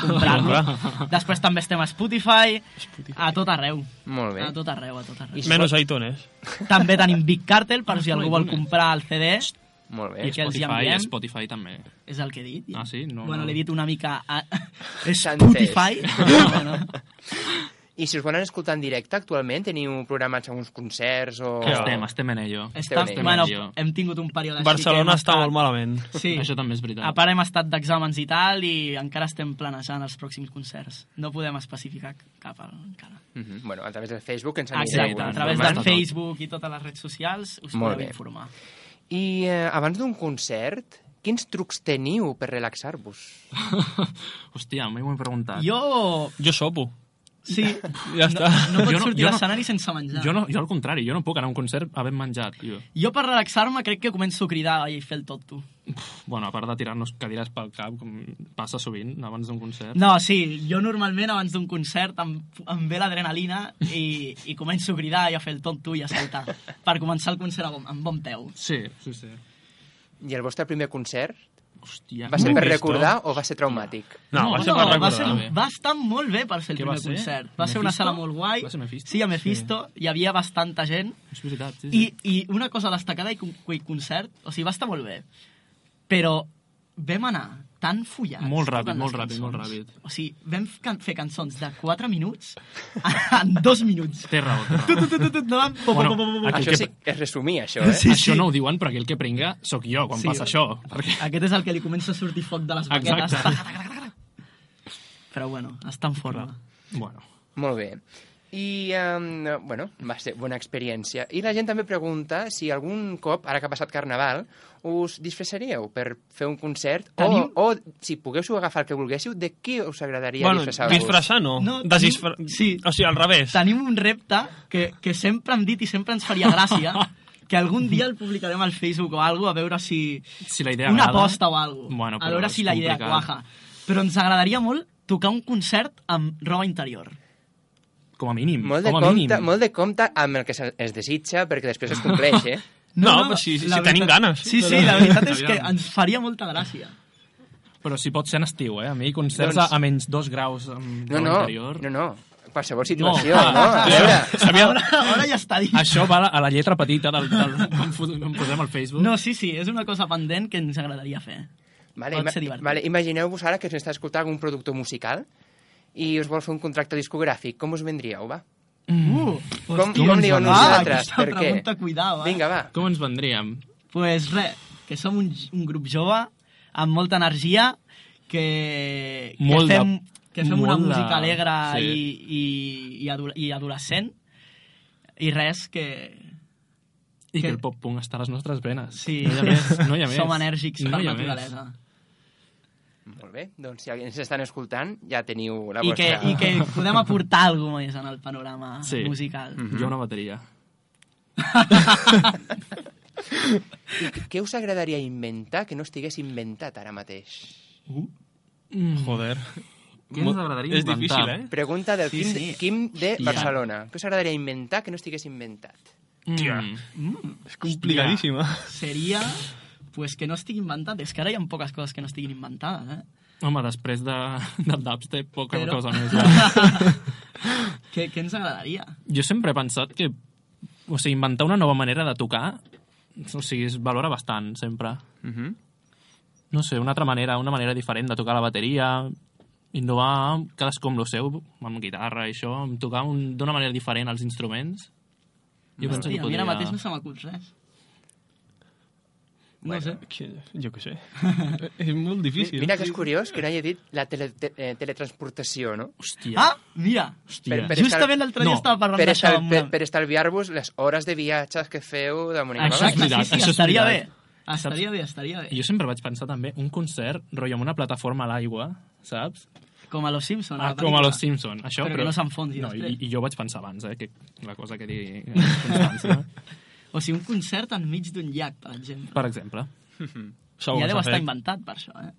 [SPEAKER 8] comprar-lo.
[SPEAKER 9] I comprar.
[SPEAKER 8] Després també estem a Spotify, a tot arreu.
[SPEAKER 4] Molt bé.
[SPEAKER 8] A tot arreu, a tot arreu.
[SPEAKER 4] I-
[SPEAKER 9] Menos iTunes.
[SPEAKER 8] També tenim Big Cartel, per si algú vol comprar el CD.
[SPEAKER 4] Molt bé.
[SPEAKER 7] I
[SPEAKER 8] I que els hi
[SPEAKER 7] Spotify,
[SPEAKER 8] enviem.
[SPEAKER 7] Spotify també.
[SPEAKER 8] És el que he dit.
[SPEAKER 7] Ah, sí? No,
[SPEAKER 8] bueno,
[SPEAKER 7] no.
[SPEAKER 8] l'he dit una mica a...
[SPEAKER 4] S'entès.
[SPEAKER 8] Spotify. No, no.
[SPEAKER 4] I si us volen escoltar en directe, actualment teniu programats alguns concerts o...
[SPEAKER 7] Que estem, estem en ello.
[SPEAKER 8] Està,
[SPEAKER 4] Déu-n'hi-do.
[SPEAKER 8] bueno,
[SPEAKER 7] Déu-n'hi-do.
[SPEAKER 8] hem tingut un període així
[SPEAKER 9] Barcelona
[SPEAKER 8] que hem
[SPEAKER 9] està
[SPEAKER 8] estat-
[SPEAKER 9] molt malament.
[SPEAKER 8] Sí.
[SPEAKER 7] Això també és
[SPEAKER 8] A
[SPEAKER 7] veritat.
[SPEAKER 8] part hem estat d'exàmens i tal i encara estem planejant els pròxims concerts. No podem especificar cap al- encara.
[SPEAKER 4] Mhm. Bueno, a través del Facebook ens anireu
[SPEAKER 8] Exacte, a través
[SPEAKER 7] normal.
[SPEAKER 8] de Facebook i totes les redes socials us
[SPEAKER 4] Molt
[SPEAKER 8] podeu
[SPEAKER 4] bé.
[SPEAKER 8] informar.
[SPEAKER 4] I eh, abans d'un concert, quins trucs teniu per relaxar-vos?
[SPEAKER 7] Hòstia, mai m'ho he
[SPEAKER 8] Ah.
[SPEAKER 7] preguntat.
[SPEAKER 8] Jo...
[SPEAKER 9] Jo sopo.
[SPEAKER 8] Sí,
[SPEAKER 9] Ja
[SPEAKER 8] no,
[SPEAKER 9] està.
[SPEAKER 8] no
[SPEAKER 7] Jo
[SPEAKER 8] pots
[SPEAKER 7] no-
[SPEAKER 8] sortir
[SPEAKER 7] jo
[SPEAKER 8] a
[SPEAKER 7] no-
[SPEAKER 8] l'escenari sense menjar.
[SPEAKER 7] Jo, no, jo al contrari, jo no puc anar a un concert havent menjat, tio.
[SPEAKER 8] Jo per relaxar-me crec que començo a cridar i fer el tot tu.
[SPEAKER 7] Bueno, a part de tirar-nos cadires pel cap, com passa sovint abans d'un concert.
[SPEAKER 8] No, sí, jo normalment abans d'un concert em, em ve l'adrenalina i, i començo a cridar i a fer el tot tu i a saltar per començar el concert amb, amb bon peu.
[SPEAKER 7] Sí, sí, sí.
[SPEAKER 4] I el vostre primer concert
[SPEAKER 7] Hòstia.
[SPEAKER 4] va ser per
[SPEAKER 9] Mephisto.
[SPEAKER 4] recordar o va ser traumàtic?
[SPEAKER 9] No,
[SPEAKER 7] No,
[SPEAKER 9] va ser
[SPEAKER 7] no,
[SPEAKER 9] per
[SPEAKER 7] va
[SPEAKER 9] recordar.
[SPEAKER 8] va, ser,
[SPEAKER 7] bé.
[SPEAKER 8] va estar molt bé per ser el
[SPEAKER 7] Què
[SPEAKER 8] primer
[SPEAKER 7] va ser?
[SPEAKER 8] concert. Va ser una
[SPEAKER 7] Mephisto?
[SPEAKER 8] sala molt guai.
[SPEAKER 7] Va ser Mephisto?
[SPEAKER 8] Sí, a Mephisto. Hi havia bastanta gent.
[SPEAKER 7] Mm. És veritat, sí, sí.
[SPEAKER 8] I, I una cosa destacada i con- i concert, o sigui, va estar molt bé. Però vam anar tan follats.
[SPEAKER 7] Molt
[SPEAKER 8] totes
[SPEAKER 7] ràpid,
[SPEAKER 8] les
[SPEAKER 7] molt ràpid, molt
[SPEAKER 8] cançons.
[SPEAKER 7] ràpid.
[SPEAKER 8] O sigui, vam f- can fer cançons de 4 minuts en 2 minuts.
[SPEAKER 7] Té raó, té raó.
[SPEAKER 8] Tut, tut, tut, tut, anàvem, pum,
[SPEAKER 7] Bueno,
[SPEAKER 8] pum, pum, pum, pum.
[SPEAKER 7] Aquell
[SPEAKER 4] Això
[SPEAKER 7] que-
[SPEAKER 4] sí que es resumia, això, eh?
[SPEAKER 7] Sí,
[SPEAKER 8] Sí,
[SPEAKER 7] això
[SPEAKER 8] sí.
[SPEAKER 7] no ho diuen perquè el que pringa sóc jo quan
[SPEAKER 8] Sí.
[SPEAKER 7] passa això. Perquè...
[SPEAKER 8] Aquest és el que li comença a sortir foc de les
[SPEAKER 7] Exacte.
[SPEAKER 8] baquetes. Tac, tac, tac, tac, tac. Però bueno, està en forma.
[SPEAKER 7] Bueno,
[SPEAKER 4] Molt bé. I, um, bueno, va ser bona experiència. I la gent també pregunta si algun cop, ara que ha passat Carnaval, us disfressaríeu per fer un concert
[SPEAKER 8] Tenim-
[SPEAKER 4] o, o, si poguéssiu agafar el que volguéssiu, de què us agradaria
[SPEAKER 9] bueno,
[SPEAKER 4] disfressar-vos?
[SPEAKER 9] disfressar Ah, no.
[SPEAKER 8] No,
[SPEAKER 9] no
[SPEAKER 8] tenim-
[SPEAKER 9] Desisfra...
[SPEAKER 8] sí.
[SPEAKER 9] O sigui, al revés.
[SPEAKER 8] Tenim un repte que, que sempre hem dit i sempre ens faria gràcia, que algun dia el publicarem al Facebook o alguna a veure si...
[SPEAKER 7] si la idea
[SPEAKER 8] Una
[SPEAKER 7] agrada-
[SPEAKER 8] aposta o alguna
[SPEAKER 7] Bueno,
[SPEAKER 8] a
[SPEAKER 7] però
[SPEAKER 8] veure
[SPEAKER 7] és
[SPEAKER 8] si la idea
[SPEAKER 7] complicat.
[SPEAKER 8] cuaja. Però ens agradaria molt tocar un concert amb roba interior.
[SPEAKER 7] Com a mínim.
[SPEAKER 4] Molt de,
[SPEAKER 7] com a
[SPEAKER 4] compte,
[SPEAKER 7] mínim.
[SPEAKER 4] molt de compte amb el que se- es desitja, perquè després es compleix, eh?
[SPEAKER 9] No, però si- si
[SPEAKER 8] la
[SPEAKER 9] tenim ganes.
[SPEAKER 8] Sí, sí, la veritat és que
[SPEAKER 7] Aviam.
[SPEAKER 8] ens faria molta gràcia.
[SPEAKER 7] Però si pot ser en estiu, eh? A mi concerts
[SPEAKER 4] Doncs-
[SPEAKER 7] a menys dos graus amb
[SPEAKER 4] No, no,
[SPEAKER 7] interior...
[SPEAKER 4] no, no. Qualsevol situació,
[SPEAKER 7] clar.
[SPEAKER 4] no? A veure,
[SPEAKER 7] Sabia...
[SPEAKER 8] Ara, ara ja està dit.
[SPEAKER 7] Això va a la- a la lletra petita del, del, quan fot- quan posem al Facebook.
[SPEAKER 8] No, sí, sí, és una cosa pendent que ens agradaria fer.
[SPEAKER 4] Vale,
[SPEAKER 8] Pot
[SPEAKER 4] ima-
[SPEAKER 8] ser divertit.
[SPEAKER 4] vale, imagineu-vos ara que us està escoltant algun productor musical i us vol fer un contracte discogràfic. Com us vendríeu, va?
[SPEAKER 8] Uh,
[SPEAKER 4] Com, com dieu
[SPEAKER 7] va?
[SPEAKER 4] nosaltres?
[SPEAKER 8] Ah, aquesta
[SPEAKER 4] Per què?
[SPEAKER 8] pregunta, cuidao, eh?
[SPEAKER 4] Vinga, va.
[SPEAKER 7] Com ens vendríem?
[SPEAKER 8] Pues res, que som un, un grup jove, amb molta energia, que,
[SPEAKER 7] Molt
[SPEAKER 8] que
[SPEAKER 7] de-
[SPEAKER 8] fem, que fem una
[SPEAKER 7] molt de-
[SPEAKER 8] música alegre
[SPEAKER 7] sí.
[SPEAKER 8] sí. i, i, i, ado i adolescent, i res, que
[SPEAKER 7] I que,
[SPEAKER 8] Que-
[SPEAKER 7] el pop-punk està a les nostres venes.
[SPEAKER 8] sí,
[SPEAKER 7] No hi ha més. No hi ha més.
[SPEAKER 8] som enèrgics
[SPEAKER 7] no
[SPEAKER 8] per
[SPEAKER 7] hi ha
[SPEAKER 8] naturalesa.
[SPEAKER 4] Molt bé, doncs si ens estan escoltant, ja teniu la
[SPEAKER 8] I que,
[SPEAKER 4] vostra...
[SPEAKER 8] I que podem aportar alguna cosa més en el panorama
[SPEAKER 7] Sí. Mhm.
[SPEAKER 8] musical.
[SPEAKER 7] Més. Jo una bateria.
[SPEAKER 4] Què us agradaria inventar que no estigués inventat ara mateix?
[SPEAKER 8] Mm.
[SPEAKER 9] Joder.
[SPEAKER 7] Què
[SPEAKER 9] Mo-
[SPEAKER 7] ens agradaria
[SPEAKER 9] És difícil,
[SPEAKER 7] inventar?
[SPEAKER 9] eh?
[SPEAKER 4] Pregunta del
[SPEAKER 8] Sí,
[SPEAKER 4] Quim,
[SPEAKER 8] sí.
[SPEAKER 4] Quim de
[SPEAKER 7] Hòstia.
[SPEAKER 4] Barcelona. Què us agradaria inventar que no estigués inventat?
[SPEAKER 7] Tia. Mm.
[SPEAKER 9] És complicadíssima.
[SPEAKER 8] Seria pues, que no estigui inventat. És que ara hi ha poques coses que no estiguin inventades, eh?
[SPEAKER 7] Home, després de, del dubstep, poca
[SPEAKER 8] Però-
[SPEAKER 7] Però... cosa més. eh?
[SPEAKER 8] Què, què ens agradaria?
[SPEAKER 7] Jo sempre he pensat que o sigui, inventar una nova manera de tocar o sigui, es valora bastant, sempre.
[SPEAKER 4] Uh -huh.
[SPEAKER 7] No sé, una altra manera, una manera diferent de tocar la bateria, innovar cadascú amb el seu, amb guitarra i això, amb tocar un- d'una manera diferent els instruments. Jo penso
[SPEAKER 8] Hòstia, a mi
[SPEAKER 7] que podria...
[SPEAKER 8] ara mateix no se m'acut res. No bueno. sé.
[SPEAKER 9] Que- Jo què sé. és molt difícil.
[SPEAKER 4] Mira que és curiós que no hagi dit la tele, te, eh, teletransportació, no?
[SPEAKER 7] Hòstia.
[SPEAKER 8] Ah, mira!
[SPEAKER 7] Hòstia.
[SPEAKER 4] Per- per-
[SPEAKER 8] Justament l'altre dia
[SPEAKER 7] No,
[SPEAKER 8] estava parlant
[SPEAKER 4] Per,
[SPEAKER 8] d'això
[SPEAKER 4] estal,
[SPEAKER 8] amb
[SPEAKER 4] per,
[SPEAKER 8] una...
[SPEAKER 4] per estalviar-vos les hores de viatges que feu de Mònica
[SPEAKER 7] Això és
[SPEAKER 8] Exacte,
[SPEAKER 4] Balaguer.
[SPEAKER 7] veritat,
[SPEAKER 8] Ah, sí,
[SPEAKER 7] això
[SPEAKER 8] sí,
[SPEAKER 7] és
[SPEAKER 8] estaria bé.
[SPEAKER 7] veritat.
[SPEAKER 8] Estaria bé, estaria bé.
[SPEAKER 7] Jo sempre vaig pensar també un concert, rotllo, amb una plataforma a l'aigua, saps?
[SPEAKER 8] Com a Los Simpsons.
[SPEAKER 7] Ah, com a Los Simpson, això.
[SPEAKER 8] Però que no s'enfonsi
[SPEAKER 7] no, i,
[SPEAKER 8] després.
[SPEAKER 7] i, jo vaig pensar abans, eh, que la cosa que digui eh, constància,
[SPEAKER 8] O sigui, un concert enmig d'un llac, per exemple.
[SPEAKER 7] per exemple.
[SPEAKER 9] Segur que
[SPEAKER 8] ja deu
[SPEAKER 9] s'ha
[SPEAKER 8] estar
[SPEAKER 9] fet.
[SPEAKER 8] inventat per això, eh?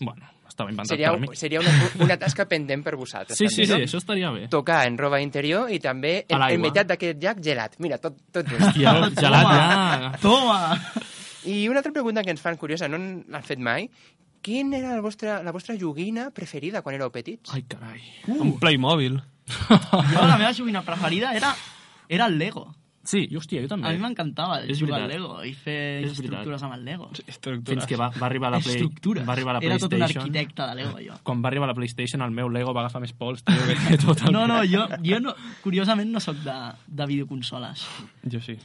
[SPEAKER 7] Bueno, estava inventat
[SPEAKER 4] Seria,
[SPEAKER 7] per mi.
[SPEAKER 4] seria una, una tasca pendent per vosaltres.
[SPEAKER 7] Sí,
[SPEAKER 4] també,
[SPEAKER 7] sí, sí,
[SPEAKER 4] no?
[SPEAKER 7] això estaria bé.
[SPEAKER 4] Tocar en roba interior i també
[SPEAKER 7] A
[SPEAKER 4] en,
[SPEAKER 7] l'aigua.
[SPEAKER 4] en meitat d'aquest llac gelat. Mira, tot, tot just.
[SPEAKER 7] I el gelat ja...
[SPEAKER 8] Toma!
[SPEAKER 4] I una altra pregunta que ens fan curiosa, no l'han fet mai. Quina era la vostra, la vostra joguina preferida quan éreu petits?
[SPEAKER 7] Ai, carai.
[SPEAKER 9] Un Playmobil.
[SPEAKER 8] Jo la meva joguina preferida era, era el Lego.
[SPEAKER 7] Sí, i hòstia, jo
[SPEAKER 8] A
[SPEAKER 7] també.
[SPEAKER 8] mi m'encantava
[SPEAKER 7] És
[SPEAKER 8] jugar al
[SPEAKER 7] veritat.
[SPEAKER 8] Lego i fer
[SPEAKER 7] És
[SPEAKER 8] estructures amb el Lego.
[SPEAKER 9] Estructura.
[SPEAKER 7] Fins que va, va arribar la Play...
[SPEAKER 8] Estructures.
[SPEAKER 7] Va arribar la
[SPEAKER 8] Era tot un
[SPEAKER 7] PlayStation.
[SPEAKER 8] arquitecte de Lego, jo.
[SPEAKER 7] Quan va arribar la PlayStation, el meu Lego va agafar més pols, tio, que tot el...
[SPEAKER 8] No, no, jo, jo no, curiosament no sóc de, de videoconsoles.
[SPEAKER 9] Jo sí.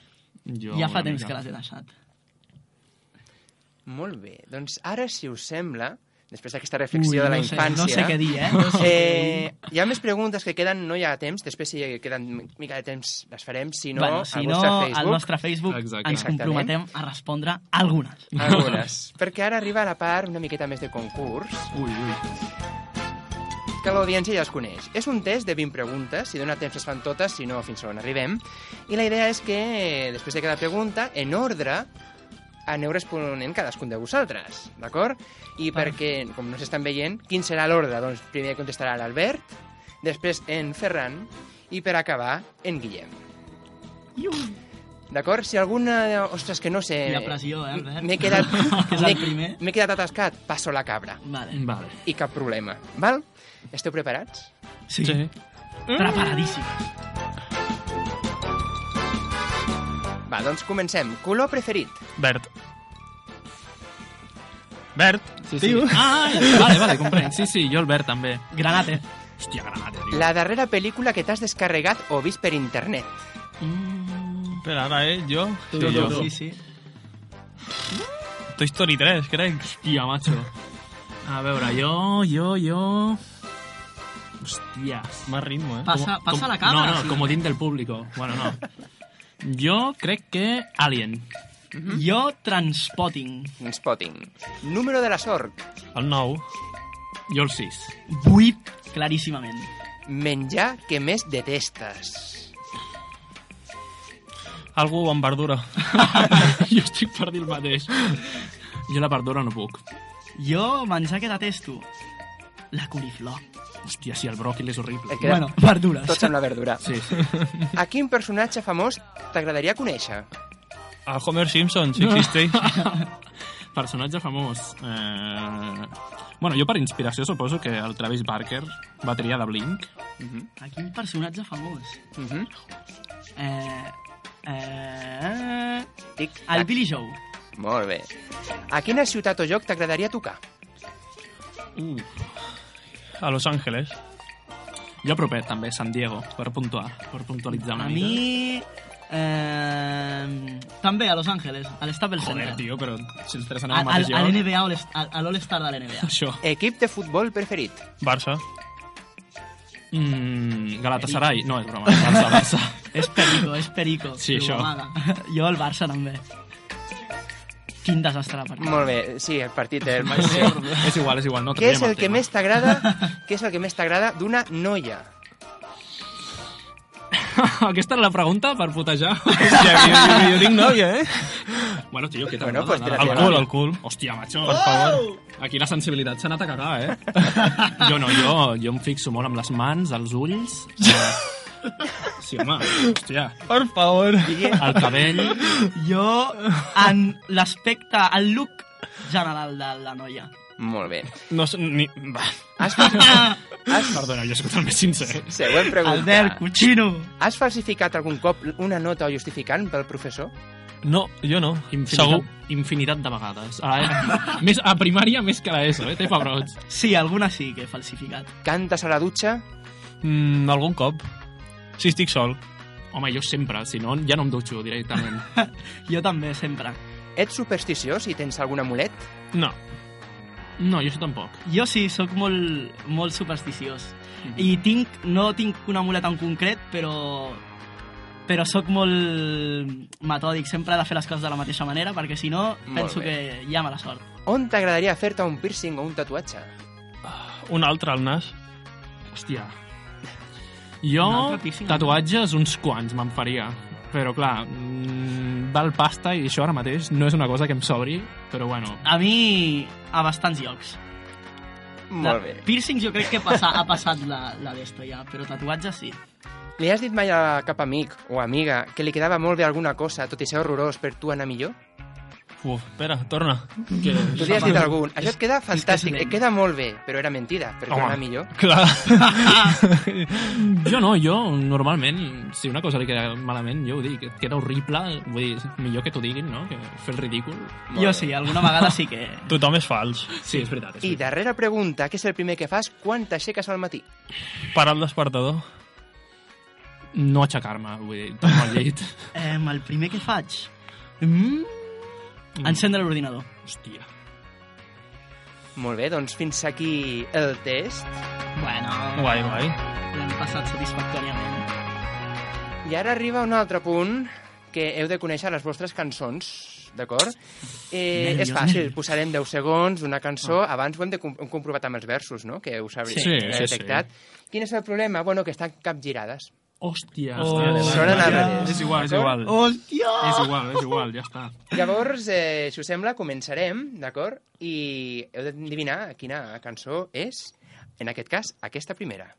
[SPEAKER 7] jo
[SPEAKER 8] ja fa
[SPEAKER 7] una
[SPEAKER 8] temps
[SPEAKER 7] mica.
[SPEAKER 8] que les he deixat.
[SPEAKER 4] Molt bé. Doncs ara, si us sembla, després d'aquesta reflexió de la
[SPEAKER 8] no sé,
[SPEAKER 4] infància...
[SPEAKER 8] No sé què dir, eh? No sé
[SPEAKER 4] Eh, hi ha més preguntes que queden, no hi ha temps, després si queden mica de temps les farem, si no,
[SPEAKER 8] bueno, si
[SPEAKER 4] al
[SPEAKER 8] no,
[SPEAKER 4] vostre Facebook.
[SPEAKER 8] al nostre Facebook
[SPEAKER 7] Exacte.
[SPEAKER 8] ens
[SPEAKER 4] Exactament.
[SPEAKER 8] comprometem a respondre algunes.
[SPEAKER 4] Algunes. Perquè ara arriba la part una miqueta més de concurs,
[SPEAKER 7] Ui, ui.
[SPEAKER 4] que l'audiència ja es coneix. És un test de 20 preguntes, si dona temps es fan totes, si no fins on arribem. I la idea és que, eh, després de cada pregunta, en ordre, aneu responent cadascun de vosaltres, d'acord? I perquè, com no s'estan veient, quin serà l'ordre? Doncs primer contestarà l'Albert, després en Ferran i per acabar en Guillem. D'acord? Si alguna... de- Ostres, que no sé...
[SPEAKER 8] Quina pressió, eh, Albert?
[SPEAKER 4] M'he quedat...
[SPEAKER 8] Que és el
[SPEAKER 4] m'he-
[SPEAKER 8] primer.
[SPEAKER 4] M'he quedat atascat. Passo la cabra.
[SPEAKER 8] Vale.
[SPEAKER 7] Vale.
[SPEAKER 4] I cap problema. Val? Esteu preparats?
[SPEAKER 8] Sí. Preparadíssim.
[SPEAKER 4] Va, doncs comencem. Color preferit.
[SPEAKER 9] Verd.
[SPEAKER 7] Bert, sí, sí.
[SPEAKER 9] tio.
[SPEAKER 7] Ah, vale, vale, comprenc. Sí, sí, jo el Bert també.
[SPEAKER 8] Granate.
[SPEAKER 7] Hòstia, granate, tio.
[SPEAKER 4] La darrera pel·lícula que t'has descarregat o vist per internet.
[SPEAKER 7] Mm.
[SPEAKER 9] Espera, ara, eh? Jo?
[SPEAKER 7] Tu, tu, tu.
[SPEAKER 8] Sí, sí.
[SPEAKER 9] Toy Story 3, crec.
[SPEAKER 7] Hòstia, macho. A veure, jo, jo, jo... Hòsties.
[SPEAKER 9] Más ritmo, eh?
[SPEAKER 8] Passa,
[SPEAKER 7] Como-
[SPEAKER 8] passa
[SPEAKER 7] com-
[SPEAKER 8] la càmera.
[SPEAKER 7] No, no,
[SPEAKER 8] sí.
[SPEAKER 7] comodín del público. Bueno, no. Jo crec que Alien.
[SPEAKER 8] Jo, Transpotting.
[SPEAKER 4] Spotting. Número de la sort.
[SPEAKER 9] El 9.
[SPEAKER 7] Jo el 6.
[SPEAKER 8] 8, claríssimament.
[SPEAKER 4] Menjar que més detestes.
[SPEAKER 9] Algú amb verdura.
[SPEAKER 7] jo estic per dir el mateix. Jo la verdura no puc.
[SPEAKER 8] Jo, menjar que detesto. La coliflor.
[SPEAKER 7] Hòstia, sí, el bròquil és horrible.
[SPEAKER 4] Et queda
[SPEAKER 8] Bueno, verdures.
[SPEAKER 4] tots amb la verdura.
[SPEAKER 7] Sí, sí.
[SPEAKER 4] A quin personatge famós t'agradaria conèixer?
[SPEAKER 9] El Homer Simpson, si existeix.
[SPEAKER 7] Personatge famós. Eh... Bueno, jo per inspiració suposo que el Travis Barker va triar de Blink.
[SPEAKER 8] A quin personatge famós?
[SPEAKER 4] Uh -huh.
[SPEAKER 8] Eh, eh,
[SPEAKER 4] Tic,
[SPEAKER 8] el
[SPEAKER 4] tac.
[SPEAKER 8] Billy Joe.
[SPEAKER 4] ah, Molt bé. A quina ciutat o lloc t'agradaria tocar?
[SPEAKER 7] Uh.
[SPEAKER 9] A Los Angeles.
[SPEAKER 7] Jo propet, també, San Diego, per puntuar, per puntualitzar una
[SPEAKER 8] A
[SPEAKER 7] mica.
[SPEAKER 8] mi... Eh, també a Los Angeles, a l'Staples
[SPEAKER 7] Joder,
[SPEAKER 8] Center.
[SPEAKER 7] tio, però si els tres anem
[SPEAKER 8] Al,
[SPEAKER 7] al
[SPEAKER 8] al,
[SPEAKER 7] mateix
[SPEAKER 8] a
[SPEAKER 7] lloc...
[SPEAKER 8] l'NBA, All- al- a l'All-Star de l'NBA.
[SPEAKER 7] Això.
[SPEAKER 4] Equip de futbol preferit?
[SPEAKER 9] Barça.
[SPEAKER 7] Mm, Galatasaray. No, és broma. Barça, Barça.
[SPEAKER 8] És Perico, és Perico.
[SPEAKER 7] Sí,
[SPEAKER 8] diu,
[SPEAKER 7] això.
[SPEAKER 8] amaga. Jo al Barça també. Quin desastre la partida.
[SPEAKER 4] Molt bé, sí, el partit del
[SPEAKER 7] Sí. és igual, és igual. No
[SPEAKER 4] Què és
[SPEAKER 7] traiem
[SPEAKER 4] el que
[SPEAKER 7] tema.
[SPEAKER 4] més t'agrada? Què és el que més t'agrada d'una noia?
[SPEAKER 7] Aquesta era la pregunta per putejar.
[SPEAKER 9] Hòstia, jo, jo, jo tinc nòvia, eh?
[SPEAKER 7] bueno, tio, què
[SPEAKER 4] Bueno,
[SPEAKER 7] t'agrada?
[SPEAKER 4] pues te la
[SPEAKER 9] El
[SPEAKER 4] Al
[SPEAKER 9] cul, el cul.
[SPEAKER 7] Hòstia, macho, per favor. Aquí la sensibilitat s'ha anat a cagar, eh? jo no, jo, jo em fixo molt amb les mans, els ulls... Eh, sí, home, hòstia.
[SPEAKER 9] Per favor.
[SPEAKER 7] El cabell...
[SPEAKER 8] Jo, en l'aspecte, el look general de la noia.
[SPEAKER 4] Molt bé.
[SPEAKER 9] No, sé, ni... Va.
[SPEAKER 4] Has, has,
[SPEAKER 7] Perdona, jo soc el més sincer.
[SPEAKER 4] següent pregunta.
[SPEAKER 8] Albert, Cuchino.
[SPEAKER 4] Has falsificat algun cop una nota o justificant pel professor?
[SPEAKER 9] No, jo no.
[SPEAKER 7] Infinitat,
[SPEAKER 9] Segur.
[SPEAKER 7] infinitat de vegades. A, la- E. més, a primària més que a l'ESO, eh? Té pebrots.
[SPEAKER 8] Sí, alguna sí que he falsificat.
[SPEAKER 4] Cantes a la dutxa?
[SPEAKER 9] Mm, algun cop. Si estic sol.
[SPEAKER 7] Home, jo sempre, si no, ja no em dutxo directament.
[SPEAKER 8] Jo també, sempre.
[SPEAKER 4] Ets supersticiós i tens algun amulet?
[SPEAKER 9] No.
[SPEAKER 7] No, jo això tampoc.
[SPEAKER 8] Jo sí, sóc molt, molt supersticiós.
[SPEAKER 4] Mhm.
[SPEAKER 8] I tinc, no tinc una muleta en concret, però però sóc molt metòdic, sempre he de fer les coses de la mateixa manera, perquè si no,
[SPEAKER 4] Molt
[SPEAKER 8] penso
[SPEAKER 4] bé.
[SPEAKER 8] que hi ha mala sort.
[SPEAKER 4] On t'agradaria fer-te un piercing o un tatuatge?
[SPEAKER 9] Un altre al nas.
[SPEAKER 7] Hòstia. Jo,
[SPEAKER 8] Un altre piercing.
[SPEAKER 9] eh?
[SPEAKER 7] tatuatges, uns quants me'n faria. Però, clar, mm, val pasta i això ara mateix no és una cosa que em sobri, però bueno.
[SPEAKER 8] A mi, a bastants llocs.
[SPEAKER 4] Molt bé.
[SPEAKER 8] Piercing jo crec que passa, ha passat la, la d'esto ja, però tatuatge sí.
[SPEAKER 4] Li has dit mai a cap amic o amiga que li quedava molt bé alguna cosa, tot i ser horrorós, per tu anar millor?
[SPEAKER 9] Uf, espera, torna.
[SPEAKER 7] Que...
[SPEAKER 4] Tu li has dit a algun. Això et queda fantàstic,
[SPEAKER 8] lent.
[SPEAKER 4] et queda molt bé, però era mentida, per tu
[SPEAKER 9] Home.
[SPEAKER 4] anar millor.
[SPEAKER 9] Clar.
[SPEAKER 7] Jo no, jo normalment, si una cosa li queda malament, jo ho dic, et queda horrible, vull dir, millor que t'ho diguin, no?, que fer el ridícul.
[SPEAKER 4] Molt
[SPEAKER 8] jo
[SPEAKER 4] bé.
[SPEAKER 8] sí, alguna vegada sí que...
[SPEAKER 9] Tothom és fals.
[SPEAKER 7] Sí, és veritat. És
[SPEAKER 4] I
[SPEAKER 7] veritat.
[SPEAKER 4] darrera pregunta, què és el primer que fas quan t'aixeques al matí?
[SPEAKER 9] Parar el despertador.
[SPEAKER 7] No aixecar-me, vull dir, torno al llit.
[SPEAKER 8] Eh, el primer que faig... Mm, encendre l'ordinador.
[SPEAKER 7] Hòstia.
[SPEAKER 4] Molt bé, doncs fins aquí el test.
[SPEAKER 8] Bueno,
[SPEAKER 9] Guai, guai.
[SPEAKER 8] l'hem passat satisfactòriament.
[SPEAKER 4] I ara arriba un altre punt que heu de conèixer les vostres cançons, d'acord? Eh, és
[SPEAKER 8] Nervios,
[SPEAKER 4] fàcil,
[SPEAKER 8] nervios.
[SPEAKER 4] posarem 10 segons d'una cançó, abans ho hem, de com hem comprovat amb els versos, no? que us habríeu
[SPEAKER 7] Ah. Sí, sí,
[SPEAKER 4] detectat. Quin és el problema? Bueno, que estan capgirades.
[SPEAKER 7] Hòstia.
[SPEAKER 8] Oh,
[SPEAKER 7] hòstia. Oh.
[SPEAKER 4] sonen al revés.
[SPEAKER 7] És igual, és igual.
[SPEAKER 8] Hòstia!
[SPEAKER 7] És igual, és igual, ja està.
[SPEAKER 4] Llavors, eh, si us sembla, començarem, d'acord? I heu d'endevinar quina cançó és, en aquest cas, aquesta primera.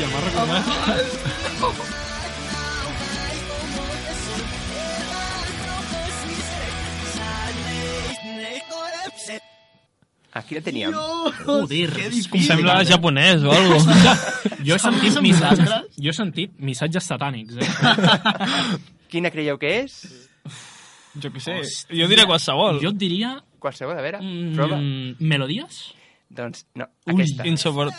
[SPEAKER 7] Ja m'ha recordat.
[SPEAKER 4] Aquí la teníem.
[SPEAKER 6] Joder, és com
[SPEAKER 9] Sembla japonès o alguna
[SPEAKER 7] Jo he sentit
[SPEAKER 8] Som
[SPEAKER 7] missatges,
[SPEAKER 8] nosaltres?
[SPEAKER 7] jo he sentit missatges satànics, eh?
[SPEAKER 4] Quina creieu que és?
[SPEAKER 9] Jo què sé. Jo diré qualsevol.
[SPEAKER 7] Jo et diria...
[SPEAKER 4] Qualsevol, a veure,
[SPEAKER 7] Mm,
[SPEAKER 4] prova.
[SPEAKER 7] melodies?
[SPEAKER 4] Doncs no, aquesta.
[SPEAKER 9] Insoport...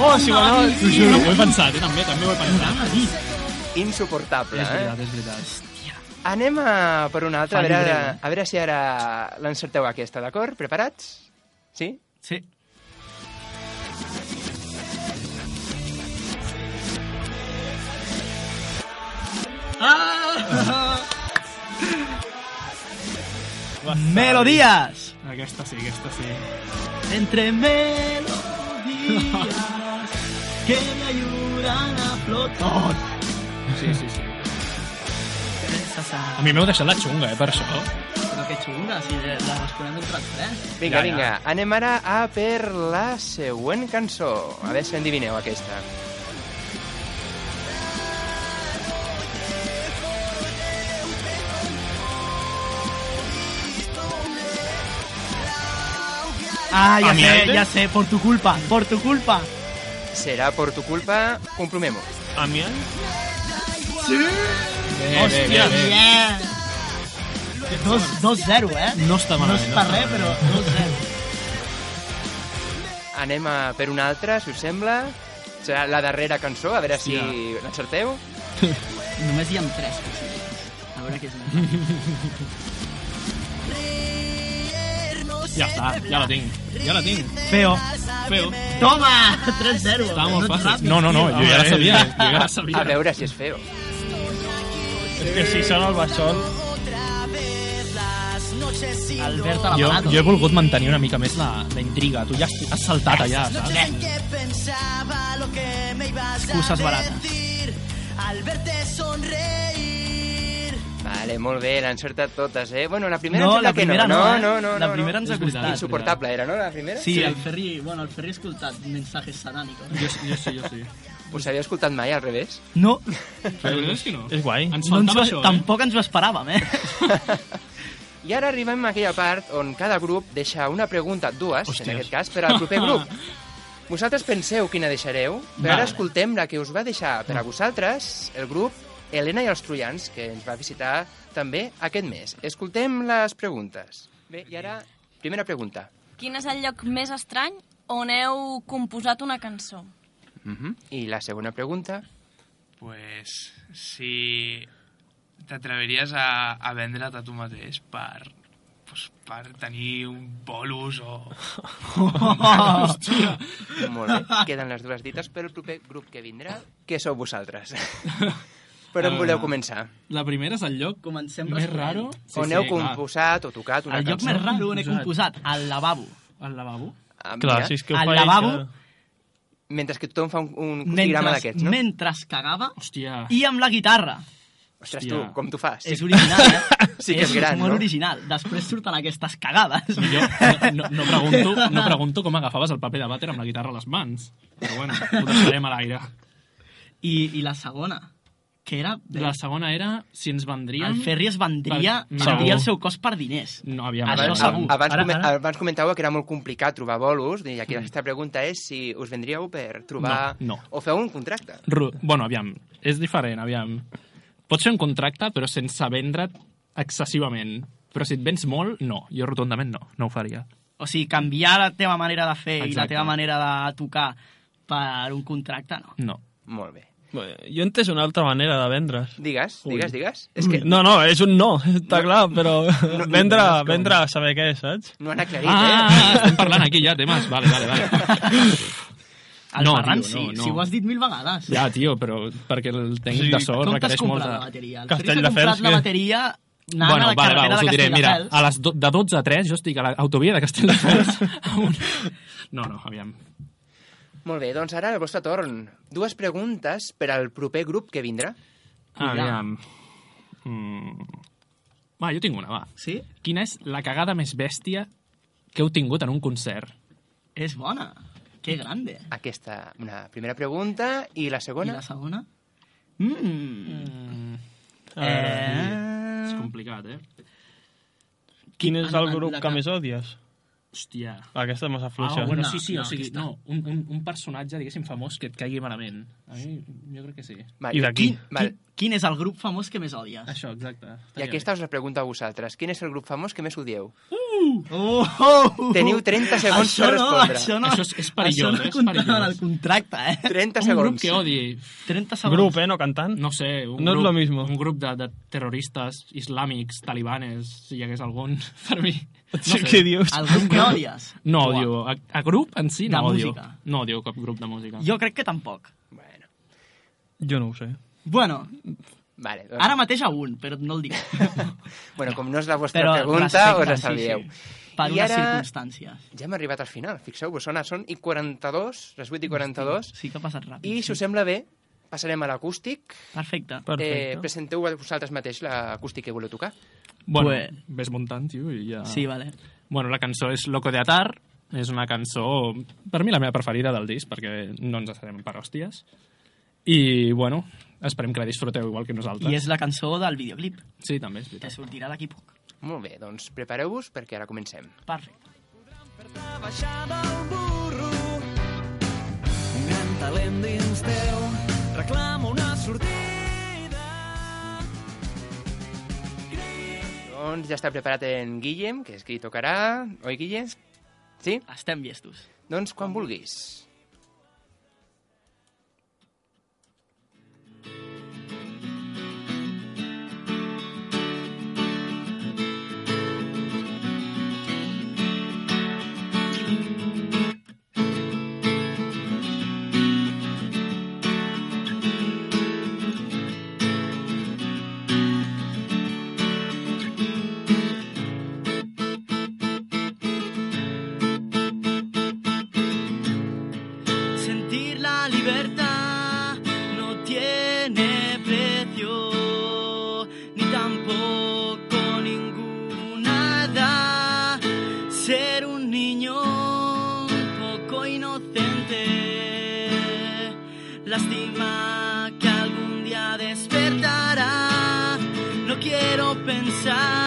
[SPEAKER 7] Oh, si m'agrada... No, ho he pensat, eh, també, també ho he pensat.
[SPEAKER 4] Insuportable,
[SPEAKER 7] És
[SPEAKER 4] eh?
[SPEAKER 7] veritat, és veritat.
[SPEAKER 4] Anem a per una altra, a
[SPEAKER 7] Fan
[SPEAKER 4] veure,
[SPEAKER 8] eh?
[SPEAKER 7] breu.
[SPEAKER 4] a veure si ara l'encerteu aquesta, d'acord? Preparats? Sí?
[SPEAKER 8] Sí. Ah! Melodies!
[SPEAKER 7] Aquesta sí, aquesta sí.
[SPEAKER 8] Entre melodies que me ayudan a flotar.
[SPEAKER 7] Sí, sí, sí.
[SPEAKER 8] Sasa.
[SPEAKER 7] A mi m'heu deixat la xunga, eh, per això.
[SPEAKER 8] Però que xunga, si la responem d'un tras tres.
[SPEAKER 4] Vinga,
[SPEAKER 7] Ja, ja.
[SPEAKER 4] vinga, anem ara a per la següent cançó. A veure si endivineu aquesta.
[SPEAKER 8] Ah, ya sé,
[SPEAKER 9] Amiante?
[SPEAKER 8] ya sé, por tu culpa, por tu culpa.
[SPEAKER 4] Serà por tu culpa, compromemo.
[SPEAKER 9] Amiant?
[SPEAKER 7] Bé, bé, bé, bé.
[SPEAKER 8] Yeah. 2-0, eh?
[SPEAKER 7] No està
[SPEAKER 8] No és
[SPEAKER 7] malament.
[SPEAKER 8] per res, però 2-0.
[SPEAKER 4] Anem a per una altra, si us sembla. Serà la darrera cançó, a veure si
[SPEAKER 7] Ja.
[SPEAKER 4] l'encerteu.
[SPEAKER 8] Només hi ha 3 possibles. A veure què és més.
[SPEAKER 7] Ja està, ja la tinc. Ja la tinc.
[SPEAKER 8] Feo.
[SPEAKER 7] Feo.
[SPEAKER 8] Toma! 3-0.
[SPEAKER 7] Estava molt
[SPEAKER 8] ets
[SPEAKER 7] fàcil.
[SPEAKER 8] ràpid,
[SPEAKER 7] No, no, no,
[SPEAKER 8] tio.
[SPEAKER 7] jo ja la sabia. Jo ja la
[SPEAKER 4] A
[SPEAKER 7] sabia.
[SPEAKER 4] veure si és feo.
[SPEAKER 9] Que si sona el baixol.
[SPEAKER 8] Albert
[SPEAKER 7] Jo,
[SPEAKER 8] Alvarado.
[SPEAKER 7] jo he volgut mantenir una mica més la, la intriga. Tu ja has, has saltat allà, saps?
[SPEAKER 8] Excuses barates.
[SPEAKER 4] Vale, molt bé, l'han encertat totes, eh? Bueno, la primera
[SPEAKER 8] No,
[SPEAKER 4] em sembla
[SPEAKER 8] la primera
[SPEAKER 4] que no.
[SPEAKER 8] no, eh?
[SPEAKER 4] no, no, no,
[SPEAKER 8] La
[SPEAKER 4] no.
[SPEAKER 8] primera ens ha
[SPEAKER 4] És veritat,
[SPEAKER 8] costat.
[SPEAKER 4] Insuportable era, no, la primera?
[SPEAKER 8] Sí, el Ferri, bueno, el Ferri ha escoltat mensajes satànicos.
[SPEAKER 7] Jo, jo sí, jo sí.
[SPEAKER 4] Us havia escoltat mai al revés?
[SPEAKER 8] No,
[SPEAKER 7] Però és que no.
[SPEAKER 9] És guai.
[SPEAKER 7] Ens
[SPEAKER 8] no ens
[SPEAKER 7] faltava
[SPEAKER 8] ho,
[SPEAKER 7] això, eh?
[SPEAKER 8] tampoc ens ho esperàvem, eh?
[SPEAKER 4] I ara arribem a aquella part on cada grup deixa una pregunta, dues, Hòsties. en aquest cas, per al proper grup. Vosaltres penseu quina deixareu, però ara
[SPEAKER 7] Vale.
[SPEAKER 4] escoltem la que us va deixar per a vosaltres el grup Helena i els Troians, que ens va visitar també aquest mes. Escoltem les preguntes. Bé, i ara, primera pregunta.
[SPEAKER 10] Quin és el lloc més estrany on heu composat una cançó?
[SPEAKER 4] Uh -huh. I la segona pregunta.
[SPEAKER 11] pues, si t'atreveries a, a vendre't a tu mateix per, pues, per tenir un bolus o...
[SPEAKER 8] Hòstia.
[SPEAKER 4] Molt bé, queden les dues dites per el proper grup que vindrà, que sou vosaltres. per on voleu començar?
[SPEAKER 7] La primera és el lloc
[SPEAKER 8] Comencem
[SPEAKER 7] més
[SPEAKER 8] responent.
[SPEAKER 7] raro.
[SPEAKER 4] Sí, on heu composat o tocat una
[SPEAKER 8] El lloc
[SPEAKER 4] cançó?
[SPEAKER 8] més raro on he composat, al lavabo.
[SPEAKER 7] Al lavabo?
[SPEAKER 4] Ah, mira.
[SPEAKER 9] Clar, si és que ho
[SPEAKER 8] Al
[SPEAKER 9] faig, eh.
[SPEAKER 8] lavabo.
[SPEAKER 9] clar.
[SPEAKER 4] Mentre que tothom fa un, un crucigrama
[SPEAKER 8] Mentre,
[SPEAKER 4] d'aquests, no?
[SPEAKER 8] mentre cagava
[SPEAKER 7] Hòstia.
[SPEAKER 8] i amb la guitarra.
[SPEAKER 4] Ostres, tu,
[SPEAKER 7] Hòstia.
[SPEAKER 4] com tu fas?
[SPEAKER 8] És original, eh?
[SPEAKER 4] Sí que és gran,
[SPEAKER 8] molt
[SPEAKER 4] no?
[SPEAKER 8] original. Després surten aquestes cagades.
[SPEAKER 7] Jo no, no, pregunto, no pregunto com agafaves el paper de vàter amb la guitarra a les mans. Però bueno, ho deixarem a l'aire.
[SPEAKER 8] I, I la segona, que era...
[SPEAKER 7] La segona era si ens vendrien...
[SPEAKER 8] El Ferri es vendria,
[SPEAKER 7] Per-
[SPEAKER 8] vendria el
[SPEAKER 7] segur.
[SPEAKER 8] seu cos per diners.
[SPEAKER 7] No, aviam.
[SPEAKER 8] Això
[SPEAKER 4] abans,
[SPEAKER 8] segur.
[SPEAKER 7] aviam, aviam.
[SPEAKER 4] abans,
[SPEAKER 8] Ara-
[SPEAKER 4] come-
[SPEAKER 8] ara-
[SPEAKER 4] abans comentàveu que era molt complicat trobar bolos, i aquí aquesta pregunta és si us vendríeu per trobar...
[SPEAKER 7] No, no.
[SPEAKER 4] O feu un contracte.
[SPEAKER 7] Ru... Bueno, aviam. És diferent, aviam. Pots fer un contracte, però sense vendre't excessivament. Però si et vens molt, no. Jo rotundament no. No ho faria.
[SPEAKER 8] O sigui, canviar la teva manera de fer i la
[SPEAKER 7] Exacte.
[SPEAKER 8] teva manera de tocar per un contracte, no.
[SPEAKER 7] No.
[SPEAKER 4] Molt bé.
[SPEAKER 9] Bé, Jo he entès una altra manera de vendre's.
[SPEAKER 4] Digues,
[SPEAKER 9] Ui.
[SPEAKER 4] digues, digues. És que
[SPEAKER 9] No, no, és un no, està clar, però
[SPEAKER 4] no,
[SPEAKER 9] vendre,
[SPEAKER 4] no, no.
[SPEAKER 9] vendre a saber què, saps?
[SPEAKER 4] no han aclarit,
[SPEAKER 7] Ah,
[SPEAKER 4] eh?
[SPEAKER 7] estem parlant aquí ja, temes. Vale, vale, vale.
[SPEAKER 8] El
[SPEAKER 7] No,
[SPEAKER 8] Ferran,
[SPEAKER 7] tio,
[SPEAKER 8] sí,
[SPEAKER 7] no, no.
[SPEAKER 8] si ho has dit mil vegades.
[SPEAKER 7] Ja, tio, però perquè el tècnic
[SPEAKER 9] Sí,
[SPEAKER 7] de so
[SPEAKER 8] Com t'has
[SPEAKER 7] requereix
[SPEAKER 8] comprat
[SPEAKER 7] molta...
[SPEAKER 8] la bateria? El Ferri s'ha
[SPEAKER 9] Castelldefels,
[SPEAKER 8] comprat la
[SPEAKER 9] què?
[SPEAKER 8] bateria anant
[SPEAKER 7] bueno,
[SPEAKER 8] a la
[SPEAKER 7] vale,
[SPEAKER 8] carretera
[SPEAKER 7] va, us ho
[SPEAKER 8] de
[SPEAKER 7] diré. Mira, ah.
[SPEAKER 8] Castelldefels.
[SPEAKER 7] a les do, de 12 a 3 jo estic a l'autovia de Castelldefels. amb un- no, no, aviam.
[SPEAKER 4] Molt bé, doncs ara el vostre torn. Dues preguntes per al proper grup que vindrà.
[SPEAKER 7] Aviam. Mm. Va, jo tinc una, va.
[SPEAKER 8] Sí?
[SPEAKER 7] Quina és la cagada més bèstia que heu tingut en un concert?
[SPEAKER 8] És bona. Que grande.
[SPEAKER 4] Aquesta, una primera pregunta, i la
[SPEAKER 8] I
[SPEAKER 4] segona...
[SPEAKER 8] la segona? Mm.
[SPEAKER 7] És
[SPEAKER 8] Eh...
[SPEAKER 7] complicat, eh?
[SPEAKER 9] Quin és
[SPEAKER 8] Ah,
[SPEAKER 9] el
[SPEAKER 8] no,
[SPEAKER 9] grup
[SPEAKER 8] la
[SPEAKER 9] que
[SPEAKER 8] ca-
[SPEAKER 9] més odies?
[SPEAKER 7] Hòstia.
[SPEAKER 9] Aquesta és massa fluixa.
[SPEAKER 12] Ah, bueno, sí, sí, o sigui, no, un, un, un personatge, diguéssim, famós que et caigui malament. A mi, jo crec que sí.
[SPEAKER 4] Vale. I d'aquí?
[SPEAKER 8] Quin,
[SPEAKER 4] Vale.
[SPEAKER 8] quin, quin és el grup famós que més odies?
[SPEAKER 7] Això, exacte.
[SPEAKER 4] I aquesta us la pregunto a vosaltres. Quin és el grup famós que més odieu?
[SPEAKER 8] Oh, oh, oh.
[SPEAKER 4] Teniu 30 segons
[SPEAKER 8] això
[SPEAKER 4] per
[SPEAKER 8] no,
[SPEAKER 4] respondre.
[SPEAKER 8] Això no,
[SPEAKER 7] Això és- és perillós,
[SPEAKER 8] Això
[SPEAKER 7] eh?
[SPEAKER 8] no
[SPEAKER 7] És
[SPEAKER 8] comptava en
[SPEAKER 7] perillós.
[SPEAKER 8] el contracte, eh?
[SPEAKER 4] 30
[SPEAKER 7] Un grup que odi.
[SPEAKER 8] 30 segons.
[SPEAKER 9] Grup, eh, no cantant.
[SPEAKER 7] No sé, un
[SPEAKER 9] No és
[SPEAKER 7] grup,
[SPEAKER 9] lo mismo.
[SPEAKER 7] un grup de, de terroristes islàmics, talibanes, si hi hagués algun, per mi. No
[SPEAKER 9] Sí,
[SPEAKER 7] sé.
[SPEAKER 9] què dius?
[SPEAKER 8] Algun que odies?
[SPEAKER 7] No odio. A, a grup en si
[SPEAKER 8] De
[SPEAKER 7] no odio.
[SPEAKER 8] música.
[SPEAKER 7] No odio cap grup de música.
[SPEAKER 8] Jo crec que tampoc.
[SPEAKER 9] Jo no ho sé.
[SPEAKER 8] Bueno,
[SPEAKER 4] Vale, doncs,
[SPEAKER 8] ara mateix a un, però no el dic.
[SPEAKER 4] bueno, com no és la vostra
[SPEAKER 8] Però
[SPEAKER 4] pregunta,
[SPEAKER 8] respecte,
[SPEAKER 4] us la sabieu.
[SPEAKER 8] sí, sí. Per
[SPEAKER 4] I
[SPEAKER 8] unes
[SPEAKER 4] ara-
[SPEAKER 8] circumstàncies.
[SPEAKER 4] Ja hem arribat al final, fixeu-vos, són, són i 42, les 8 i 42,
[SPEAKER 8] Sí que ha passat ràpid.
[SPEAKER 4] i si us sembla bé, passarem a l'acústic.
[SPEAKER 8] Perfecte.
[SPEAKER 4] Eh, presenteu vosaltres mateix l'acústic que voleu tocar.
[SPEAKER 7] Bueno,
[SPEAKER 4] Pues-
[SPEAKER 7] ves muntant, tio, i ja...
[SPEAKER 4] Sí, vale.
[SPEAKER 7] Bueno, la cançó és Loco de Atar, és una cançó, per mi la meva preferida del disc, perquè no ens estarem per hòsties. I, bueno, esperem que la disfruteu igual que nosaltres.
[SPEAKER 8] I és la cançó del videoclip.
[SPEAKER 7] Sí, també és
[SPEAKER 8] Que
[SPEAKER 7] veritat.
[SPEAKER 8] sortirà d'aquí poc.
[SPEAKER 4] Molt bé, doncs prepareu-vos perquè ara comencem.
[SPEAKER 8] Perfecte.
[SPEAKER 5] baixar del burro. Un gran talent dins teu reclama una sortida.
[SPEAKER 4] Doncs ja està preparat en Guillem, que és qui tocarà. Oi, Guillem? Sí?
[SPEAKER 8] Estem llestos.
[SPEAKER 4] Doncs quan vulguis.
[SPEAKER 8] Sentir la libertad no tiene precio, ni tampoco ninguna edad. Ser un niño un poco inocente, lástima que algún día despertará. No quiero pensar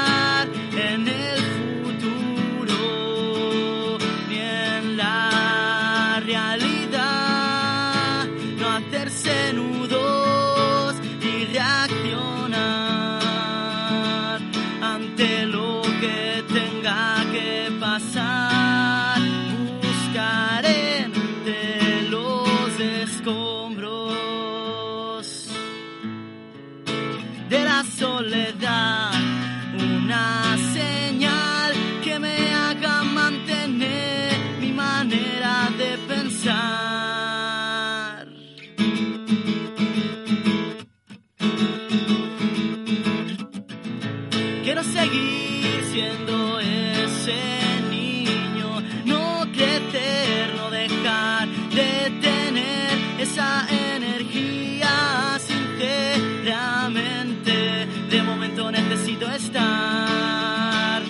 [SPEAKER 8] en el futuro ni en la realidad. No hacerse nudos y reaccionar ante lo que tenga que pasar. Buscaré entre los escombros de la soledad. Una señal que me haga mantener mi manera de pensar. Quiero seguir siendo ese niño, no crecer, no dejar de tener esa energía sinceramente. De momento necesito estar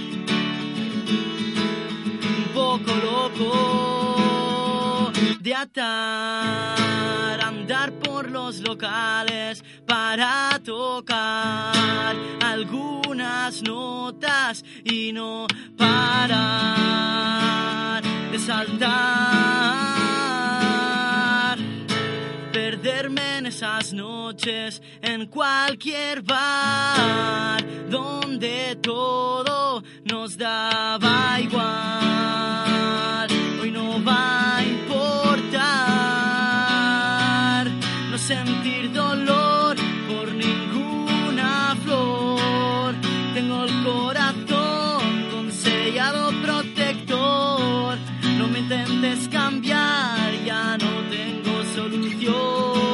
[SPEAKER 8] un poco loco de atar, andar por los locales para tocar algunas notas y no parar de saltar perderme en esas noches en cualquier bar donde todo nos daba igual. Hoy no va a importar no sentir dolor por ninguna flor. Tengo el corazón con sellado protector. No me intentes cambiar, ya no tengo solución.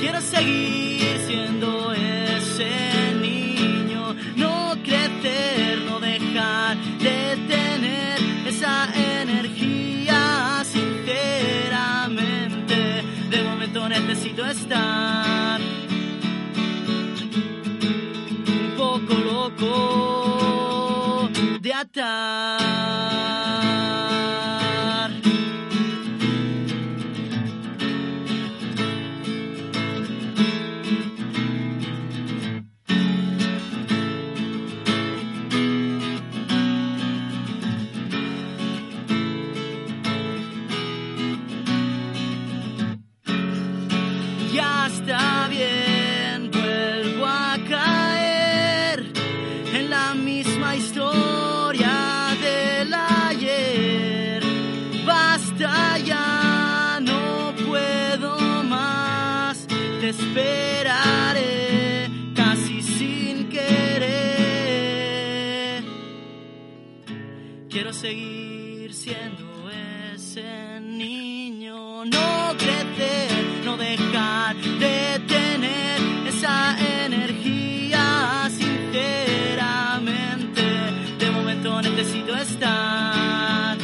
[SPEAKER 8] Quiero seguir siendo ese niño, no crecer, no dejar de tener esa energía sinceramente. De momento necesito estar un poco loco de atar. está bien, vuelvo a caer en la misma historia del ayer. Basta ya, no puedo más, te esperaré casi sin querer. Quiero seguir siendo ese niño, no crecer, no dejar de tener esa energía. Sinceramente, de momento necesito estar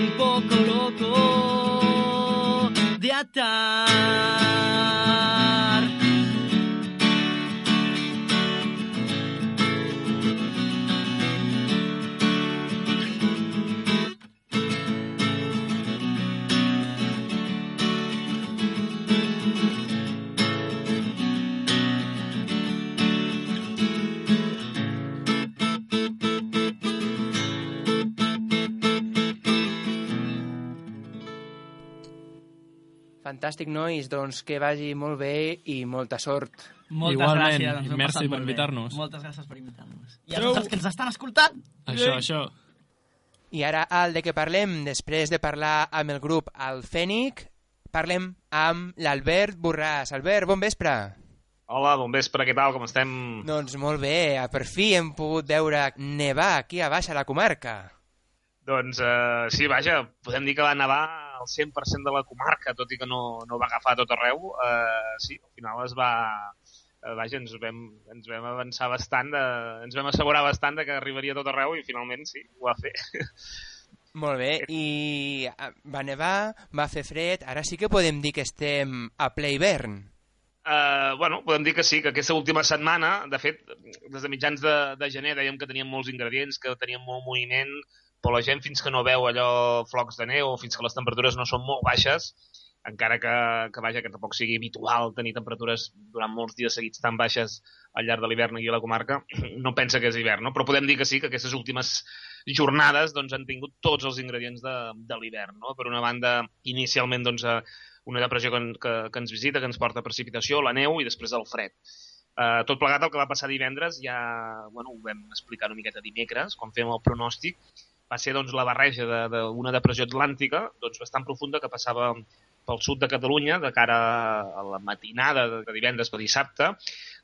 [SPEAKER 8] un poco loco de atar.
[SPEAKER 4] Fantàstic, nois, doncs que vagi molt bé i molta sort.
[SPEAKER 13] Moltes
[SPEAKER 7] Igualment,
[SPEAKER 13] gràcies. ens ho hem
[SPEAKER 7] merci
[SPEAKER 13] passat
[SPEAKER 7] per
[SPEAKER 13] molt bé.
[SPEAKER 7] invitar-nos.
[SPEAKER 13] Moltes gràcies per invitar-nos. I a
[SPEAKER 7] Adéu.
[SPEAKER 13] tots els que ens estan escoltant.
[SPEAKER 7] Això, això.
[SPEAKER 4] I ara, al de què parlem, després de parlar amb el grup El Fènic, parlem amb l'Albert Borràs. Albert, bon vespre.
[SPEAKER 14] Hola, bon vespre, què tal, com estem?
[SPEAKER 4] Doncs molt bé, per fi hem pogut veure nevar aquí a baix a la comarca.
[SPEAKER 14] Doncs eh, sí, vaja, podem dir que va nevar al 100% de la comarca, tot i que no, no va agafar a tot arreu. Eh, sí, al final es va... Eh, vaja, ens vam, ens vam avançar bastant, de, ens vam assegurar bastant de que arribaria a tot arreu i finalment sí, ho va fer.
[SPEAKER 4] Molt bé, i ah, va nevar, va fer fred, ara sí que podem dir que estem a ple hivern.
[SPEAKER 14] Eh, bueno, podem dir que sí, que aquesta última setmana, de fet, des de mitjans de, de gener dèiem que teníem molts ingredients, que teníem molt moviment, però la gent fins que no veu allò flocs de neu, fins que les temperatures no són molt baixes, encara que, que vaja, que tampoc sigui habitual tenir temperatures durant molts dies seguits tan baixes al llarg de l'hivern aquí a la comarca, no pensa que és hivern, no? Però podem dir que sí, que aquestes últimes jornades doncs, han tingut tots els ingredients de, de l'hivern, no? Per una banda, inicialment, doncs, eh, una depressió que, en- que, que ens visita, que ens porta precipitació, la neu i després el fred. Uh, tot plegat el que va passar divendres, ja bueno, ho vam explicar una miqueta dimecres, quan fem el pronòstic, va ser doncs, la barreja d'una de, d'una depressió atlàntica doncs, bastant profunda que passava pel sud de Catalunya de cara a la matinada de divendres per dissabte.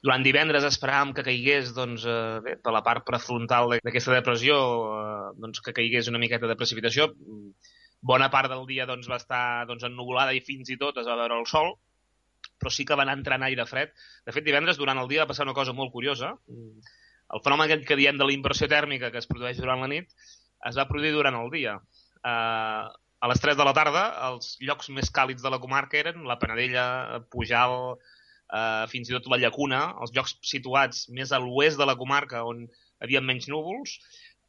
[SPEAKER 14] Durant divendres esperàvem que caigués doncs, eh, bé, de la part prefrontal d'aquesta depressió eh, doncs, que caigués una miqueta de precipitació. Bona part del dia doncs, va estar doncs, ennubulada i fins i tot es va veure el sol, però sí que van entrar en aire fred. De fet, divendres, durant el dia, va passar una cosa molt curiosa. El fenomen aquest que diem de la inversió tèrmica que es produeix durant la nit es va produir durant el dia. Uh, a les 3 de la tarda, els llocs més càlids de la comarca eren la Panadella, Pujal, eh, fins i tot la Llacuna, els llocs situats més a l'oest de la comarca on hi havia menys núvols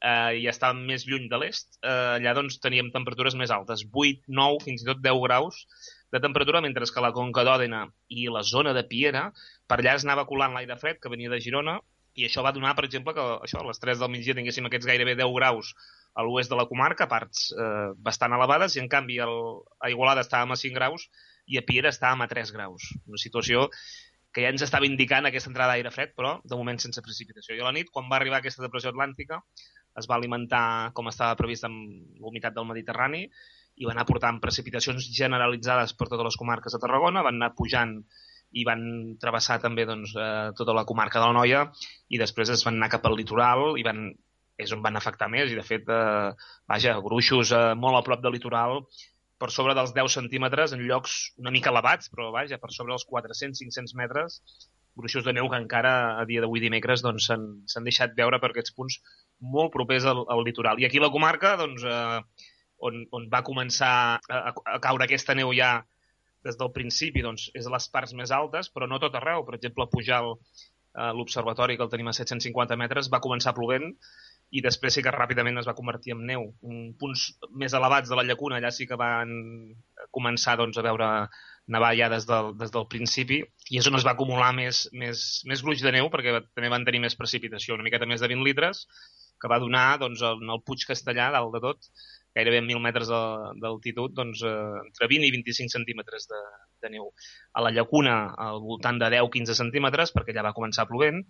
[SPEAKER 14] eh, i estaven més lluny de l'est, eh, allà doncs teníem temperatures més altes, 8, 9, fins i tot 10 graus de temperatura, mentre que la Conca d'Òdena i la zona de Piera, per allà es anava colant l'aire fred que venia de Girona i això va donar, per exemple, que això, a les 3 del migdia tinguéssim aquests gairebé 10 graus a l'oest de la comarca, parts eh, bastant elevades, i en canvi el, a Igualada estàvem a 5 graus i a Piera estàvem a 3 graus. Una situació que ja ens estava indicant aquesta entrada d'aire fred, però de moment sense precipitació. I a la nit, quan va arribar aquesta depressió atlàntica, es va alimentar com estava previst amb l'humitat del Mediterrani i van anar portant precipitacions generalitzades per totes les comarques de Tarragona, van anar pujant i van travessar també doncs, eh, tota la comarca de la Noia i després es van anar cap al litoral i van, és on van afectar més i de fet, eh, vaja, gruixos eh, molt a prop del litoral per sobre dels 10 centímetres en llocs una mica elevats, però vaja, per sobre dels 400-500 metres, gruixos de neu que encara a dia d'avui dimecres doncs, s'han s'han deixat veure per aquests punts molt propers al, al litoral. I aquí la comarca, doncs, eh, on, on va començar a, a- a caure aquesta neu ja des del principi, doncs, és a les parts més altes, però no tot arreu. Per exemple, pujar al- a l'observatori, que el tenim a 750 metres, va començar plovent i després sí que ràpidament es va convertir en neu. Mm, Punts més elevats de la llacuna, allà sí que van començar doncs, a veure nevar ja des del, des del principi i és on es va acumular més, més, més gruix de neu perquè també van tenir més precipitació, una miqueta més de 20 litres, que va donar doncs, en el Puig Castellà, dalt de tot, gairebé a 1.000 metres de- d'altitud, doncs, eh, entre 20 i 25 centímetres de, de neu. A la llacuna, al voltant de 10-15 centímetres, perquè allà va començar plovent,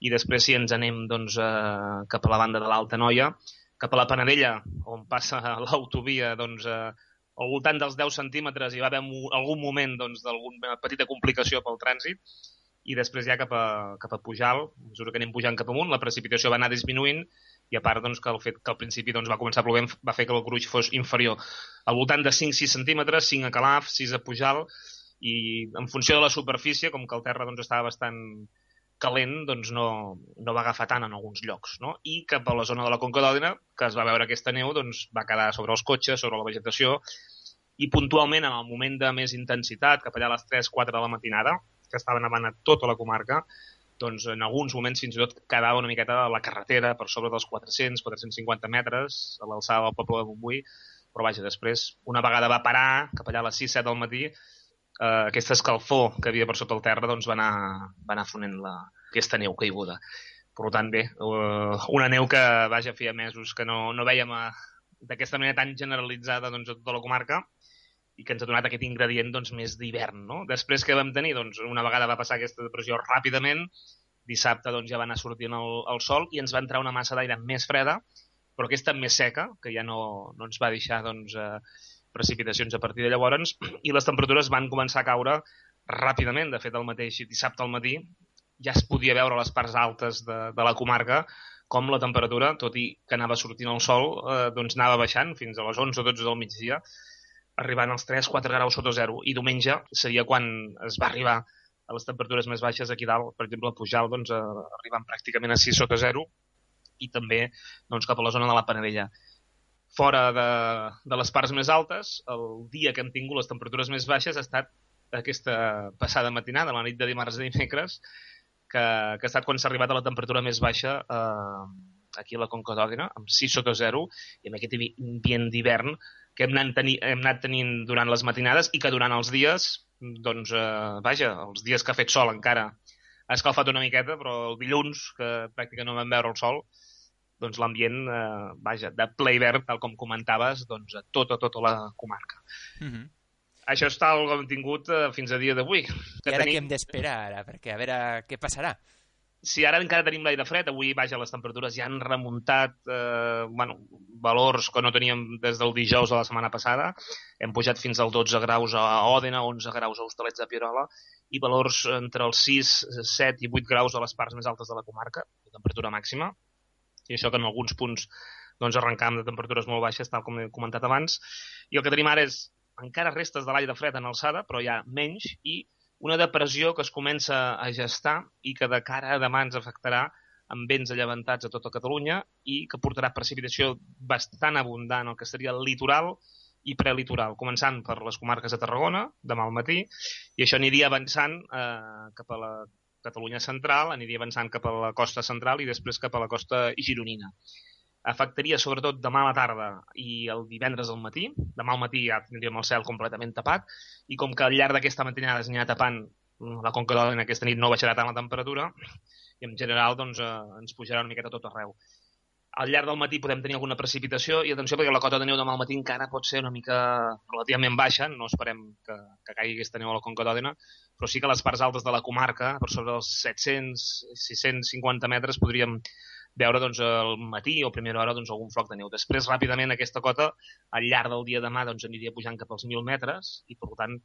[SPEAKER 14] i després si ens anem doncs, eh, cap a la banda de l'Alta Noia, cap a la Panadella, on passa l'autovia, doncs, eh, al voltant dels 10 centímetres hi va haver mo- algun moment doncs, d'alguna petita complicació pel trànsit, i després ja cap a, cap a Pujal, a mesura que anem pujant cap amunt, la precipitació va anar disminuint i a part doncs, que el fet que al principi doncs, va començar plovent va fer que el gruix fos inferior. Al voltant de 5-6 centímetres, 5 a Calaf, 6 a Pujal, i en funció de la superfície, com que el terra doncs, estava bastant calent, doncs no, no va agafar tant en alguns llocs. No? I cap a la zona de la Conca d'Òdena, que es va veure aquesta neu, doncs, va quedar sobre els cotxes, sobre la vegetació, i puntualment en el moment de més intensitat, cap allà a les 3-4 de la matinada, que estava nevant a tota la comarca, doncs en alguns moments fins i tot quedava una miqueta a la carretera per sobre dels 400-450 metres a l'alçada del poble de Montbui, però vaja, després, una vegada va parar, cap allà a les 6-7 del matí, eh, aquesta escalfor que havia per sota el terra doncs va anar, va anar fonent la, aquesta neu caiguda. Per tant, bé, eh, una neu que, vaja, feia mesos que no, no veiem eh, d'aquesta manera tan generalitzada doncs, a tota la comarca i que ens ha donat aquest ingredient doncs, més d'hivern. No? Després que vam tenir, doncs, una vegada va passar aquesta depressió ràpidament, dissabte doncs, ja va anar sortint el, el sol i ens va entrar una massa d'aire més freda, però aquesta més seca, que ja no, no ens va deixar doncs, eh, precipitacions a partir de llavors, i les temperatures van començar a caure ràpidament. De fet, el mateix dissabte al matí ja es podia veure a les parts altes de, de la comarca com la temperatura, tot i que anava sortint el sol, eh, doncs anava baixant fins a les 11 o 12 del migdia, arribant als 3-4 graus sota zero. I diumenge seria quan es va arribar a les temperatures més baixes aquí dalt, per exemple, a Pujal, doncs, eh, arribant pràcticament a 6 sota zero i també doncs, cap a la zona de la Panadella. Fora de, de les parts més altes, el dia que hem tingut les temperatures més baixes ha estat aquesta passada matinada, la nit de dimarts a dimecres, que, que ha estat quan s'ha arribat a la temperatura més baixa eh, aquí a la Conca d'Òdena, amb 6 sota 0, i amb aquest ambi- ambient d'hivern que hem anat, tenir, hem anat tenint durant les matinades i que durant els dies, doncs, eh, vaja, els dies que ha fet sol encara ha escalfat una miqueta, però el dilluns, que pràcticament no vam veure el sol, doncs l'ambient, eh, vaja, de ple hivern, tal com comentaves, doncs a tota, tota la comarca.
[SPEAKER 15] Mhm.
[SPEAKER 14] Això és tal com hem tingut eh, fins a dia d'avui.
[SPEAKER 15] I ara què hem d'esperar, ara? Perquè a veure què passarà.
[SPEAKER 14] si ara encara tenim l'aire fred, avui, vaja, les temperatures ja han remuntat eh, bueno, valors que no teníem des del dijous de la setmana passada. Hem pujat fins al 12 graus a Òdena, 11 graus a Hostalets de Pierola i valors entre els 6, 7 i 8 graus a les parts més altes de la comarca, de temperatura màxima. I això que en alguns punts doncs, arrencàvem de temperatures molt baixes, tal com he comentat abans. I el que tenim ara és encara restes de l'aire fred en alçada, però ja menys, i una depressió que es comença a gestar i que de cara a demà ens afectarà amb vents llevantats a tota Catalunya i que portarà precipitació bastant abundant al que seria el litoral i prelitoral, començant per les comarques de Tarragona, demà al matí, i això aniria avançant eh, cap a la Catalunya central, aniria avançant cap a la costa central i després cap a la costa gironina afectaria sobretot demà a la tarda i el divendres al matí. Demà al matí ja tindríem el cel completament tapat i com que al llarg d'aquesta matinada s'anirà tapant mm, la Conca d'Òdena aquesta nit no baixarà tant la temperatura i en general doncs, eh, ens pujarà una miqueta a tot arreu. Al llarg del matí podem tenir alguna precipitació i atenció perquè la cota de neu demà al matí encara pot ser una mica relativament baixa, no esperem que, que caigui aquesta neu a la Conca d'Òdena, però sí que a les parts altes de la comarca, per sobre dels 700-650 metres, podríem veure doncs, al matí o a primera hora doncs, algun floc de neu. Després, ràpidament, aquesta cota, al llarg del dia demà, doncs, aniria pujant cap als 1.000 metres i, per tant,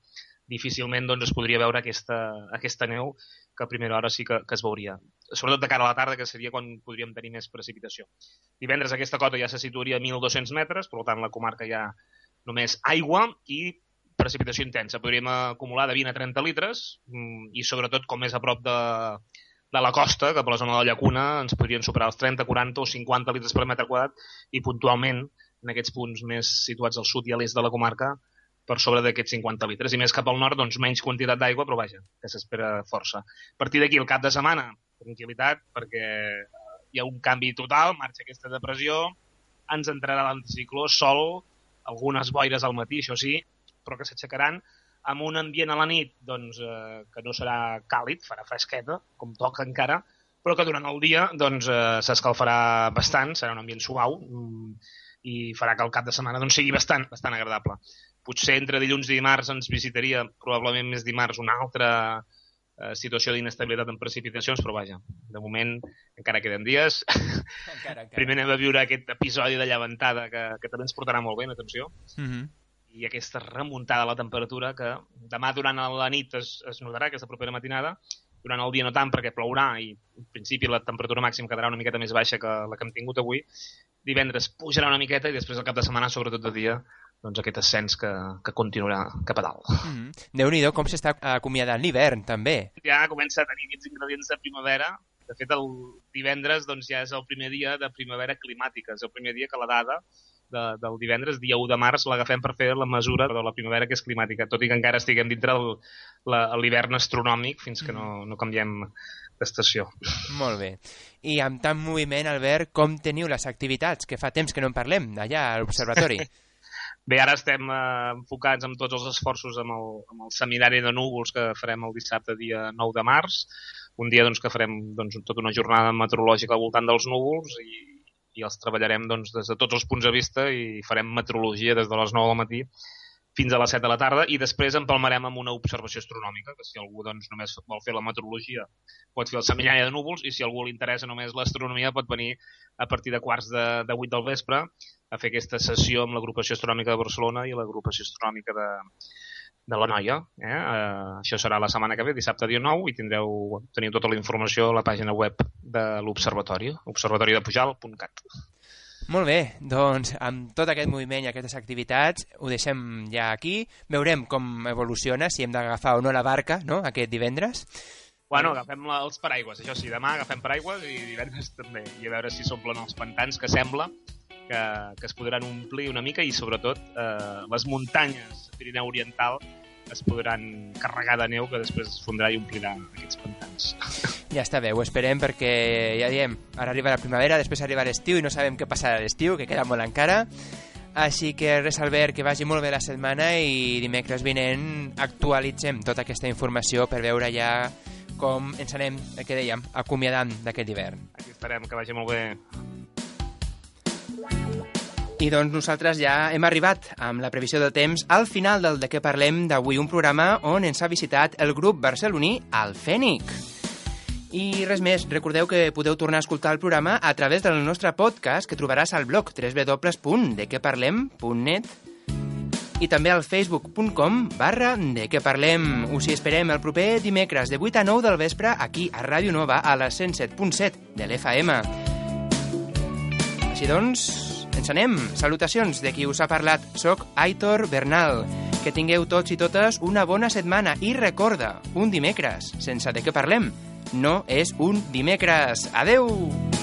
[SPEAKER 14] difícilment doncs, es podria veure aquesta, aquesta neu que a primera hora sí que, que es veuria. Sobretot de cara a la tarda, que seria quan podríem tenir més precipitació. Divendres aquesta cota ja se situaria a 1.200 metres, per tant, la comarca ja només aigua i precipitació intensa. Podríem acumular de 20 a 30 litres mm, i, sobretot, com més a prop de, de la costa, cap a la zona de la llacuna, ens podrien superar els 30, 40 o 50 litres per metre quadrat i puntualment en aquests punts més situats al sud i a l'est de la comarca per sobre d'aquests 50 litres. I més cap al nord, doncs menys quantitat d'aigua, però vaja, que s'espera força. A partir d'aquí, el cap de setmana, tranquil·litat, perquè hi ha un canvi total, marxa aquesta depressió, ens entrarà l'anticicló, sol, algunes boires al matí, això sí, però que s'aixecaran amb un ambient a la nit doncs, eh, que no serà càlid, farà fresqueta, com toca encara, però que durant el dia doncs, eh, s'escalfarà bastant, serà un ambient suau, mm, i farà que el cap de setmana doncs, sigui bastant, bastant agradable. Potser entre dilluns i dimarts ens visitaria probablement més dimarts una altra eh, situació d'inestabilitat en precipitacions, però vaja, de moment encara queden dies.
[SPEAKER 15] Encara, encara.
[SPEAKER 14] Primer anem a viure aquest episodi de llevantada que, que també ens portarà molt bé, atenció
[SPEAKER 15] Mm -hmm.
[SPEAKER 14] i aquesta remuntada a la temperatura que demà durant la nit es, es notarà, aquesta propera matinada, durant el dia no tant perquè plourà i en principi la temperatura màxima quedarà una miqueta més baixa que la que hem tingut avui. Divendres pujarà una miqueta i després al cap de setmana, sobretot de dia, doncs aquest ascens que, que continuarà cap a dalt.
[SPEAKER 15] Mm -hmm. Déu-n'hi-do com s'està acomiadant l'hivern, també.
[SPEAKER 14] Ja comença a tenir aquests ingredients de primavera. De fet, el divendres doncs, ja és el primer dia de primavera climàtica. És el primer dia que la dada de, del divendres, dia 1 de març, l'agafem per fer la mesura de la primavera que és climàtica, tot i que encara estiguem dintre el- la- l'hivern astronòmic fins que no, no canviem d'estació.
[SPEAKER 15] Molt bé. I amb tant moviment, Albert, com teniu les activitats? Que fa temps que no en parlem, allà a l'observatori.
[SPEAKER 14] Bé, ara estem eh, enfocats amb tots els esforços amb el, amb el seminari de núvols que farem el dissabte dia 9 de març, un dia doncs, que farem doncs, tota una jornada meteorològica al voltant dels núvols i, i els treballarem doncs, des de tots els punts de vista i farem meteorologia des de les 9 del matí fins a les 7 de la tarda i després empalmarem amb una observació astronòmica, que si algú doncs, només vol fer la meteorologia pot fer el seminari de núvols i si algú li interessa només l'astronomia pot venir a partir de quarts de, de 8 del vespre a fer aquesta sessió amb l'agrupació astronòmica de Barcelona i l'agrupació astronòmica de, de la noia. Eh? Eh, això serà la setmana que ve, dissabte dia 9, i tindreu, teniu tota la informació a la pàgina web de l'Observatori, observatoridepujal.cat.
[SPEAKER 15] Molt bé, doncs amb tot aquest moviment i aquestes activitats ho deixem ja aquí. Veurem com evoluciona, si hem d'agafar o no la barca, no?, aquest divendres.
[SPEAKER 14] Bueno, agafem la, els paraigües, això sí, demà agafem paraigües i divendres també, i a veure si s'omplen els pantans, que sembla que, que es podran omplir una mica i sobretot eh, les muntanyes Pirineu Oriental es podran carregar de neu que després es fondrà i omplirà aquests pantans.
[SPEAKER 15] Ja està bé, ho esperem perquè ja diem, ara arriba la primavera, després arriba l'estiu i no sabem què passarà a l'estiu, que queda molt encara. Així que res, Albert, que vagi molt bé la setmana i dimecres vinent actualitzem tota aquesta informació per veure ja com ens anem, el que dèiem, acomiadant d'aquest hivern.
[SPEAKER 14] Aquí esperem que vagi molt bé.
[SPEAKER 4] I doncs nosaltres ja hem arribat amb la previsió de temps al final del De què parlem d'avui, un programa on ens ha visitat el grup barceloní El Fènic. I res més, recordeu que podeu tornar a escoltar el programa a través del nostre podcast que trobaràs al blog www.dequeparlem.net i també al facebook.com barra de què parlem. Us hi esperem el proper dimecres de 8 a 9 del vespre aquí a Ràdio Nova a la 107.7 de l'FM. Així doncs, ens anem. Salutacions de qui us ha parlat. Soc Aitor Bernal. Que tingueu tots i totes una bona setmana i recorda, un dimecres, sense de què parlem, no és un dimecres. Adeu! Adeu!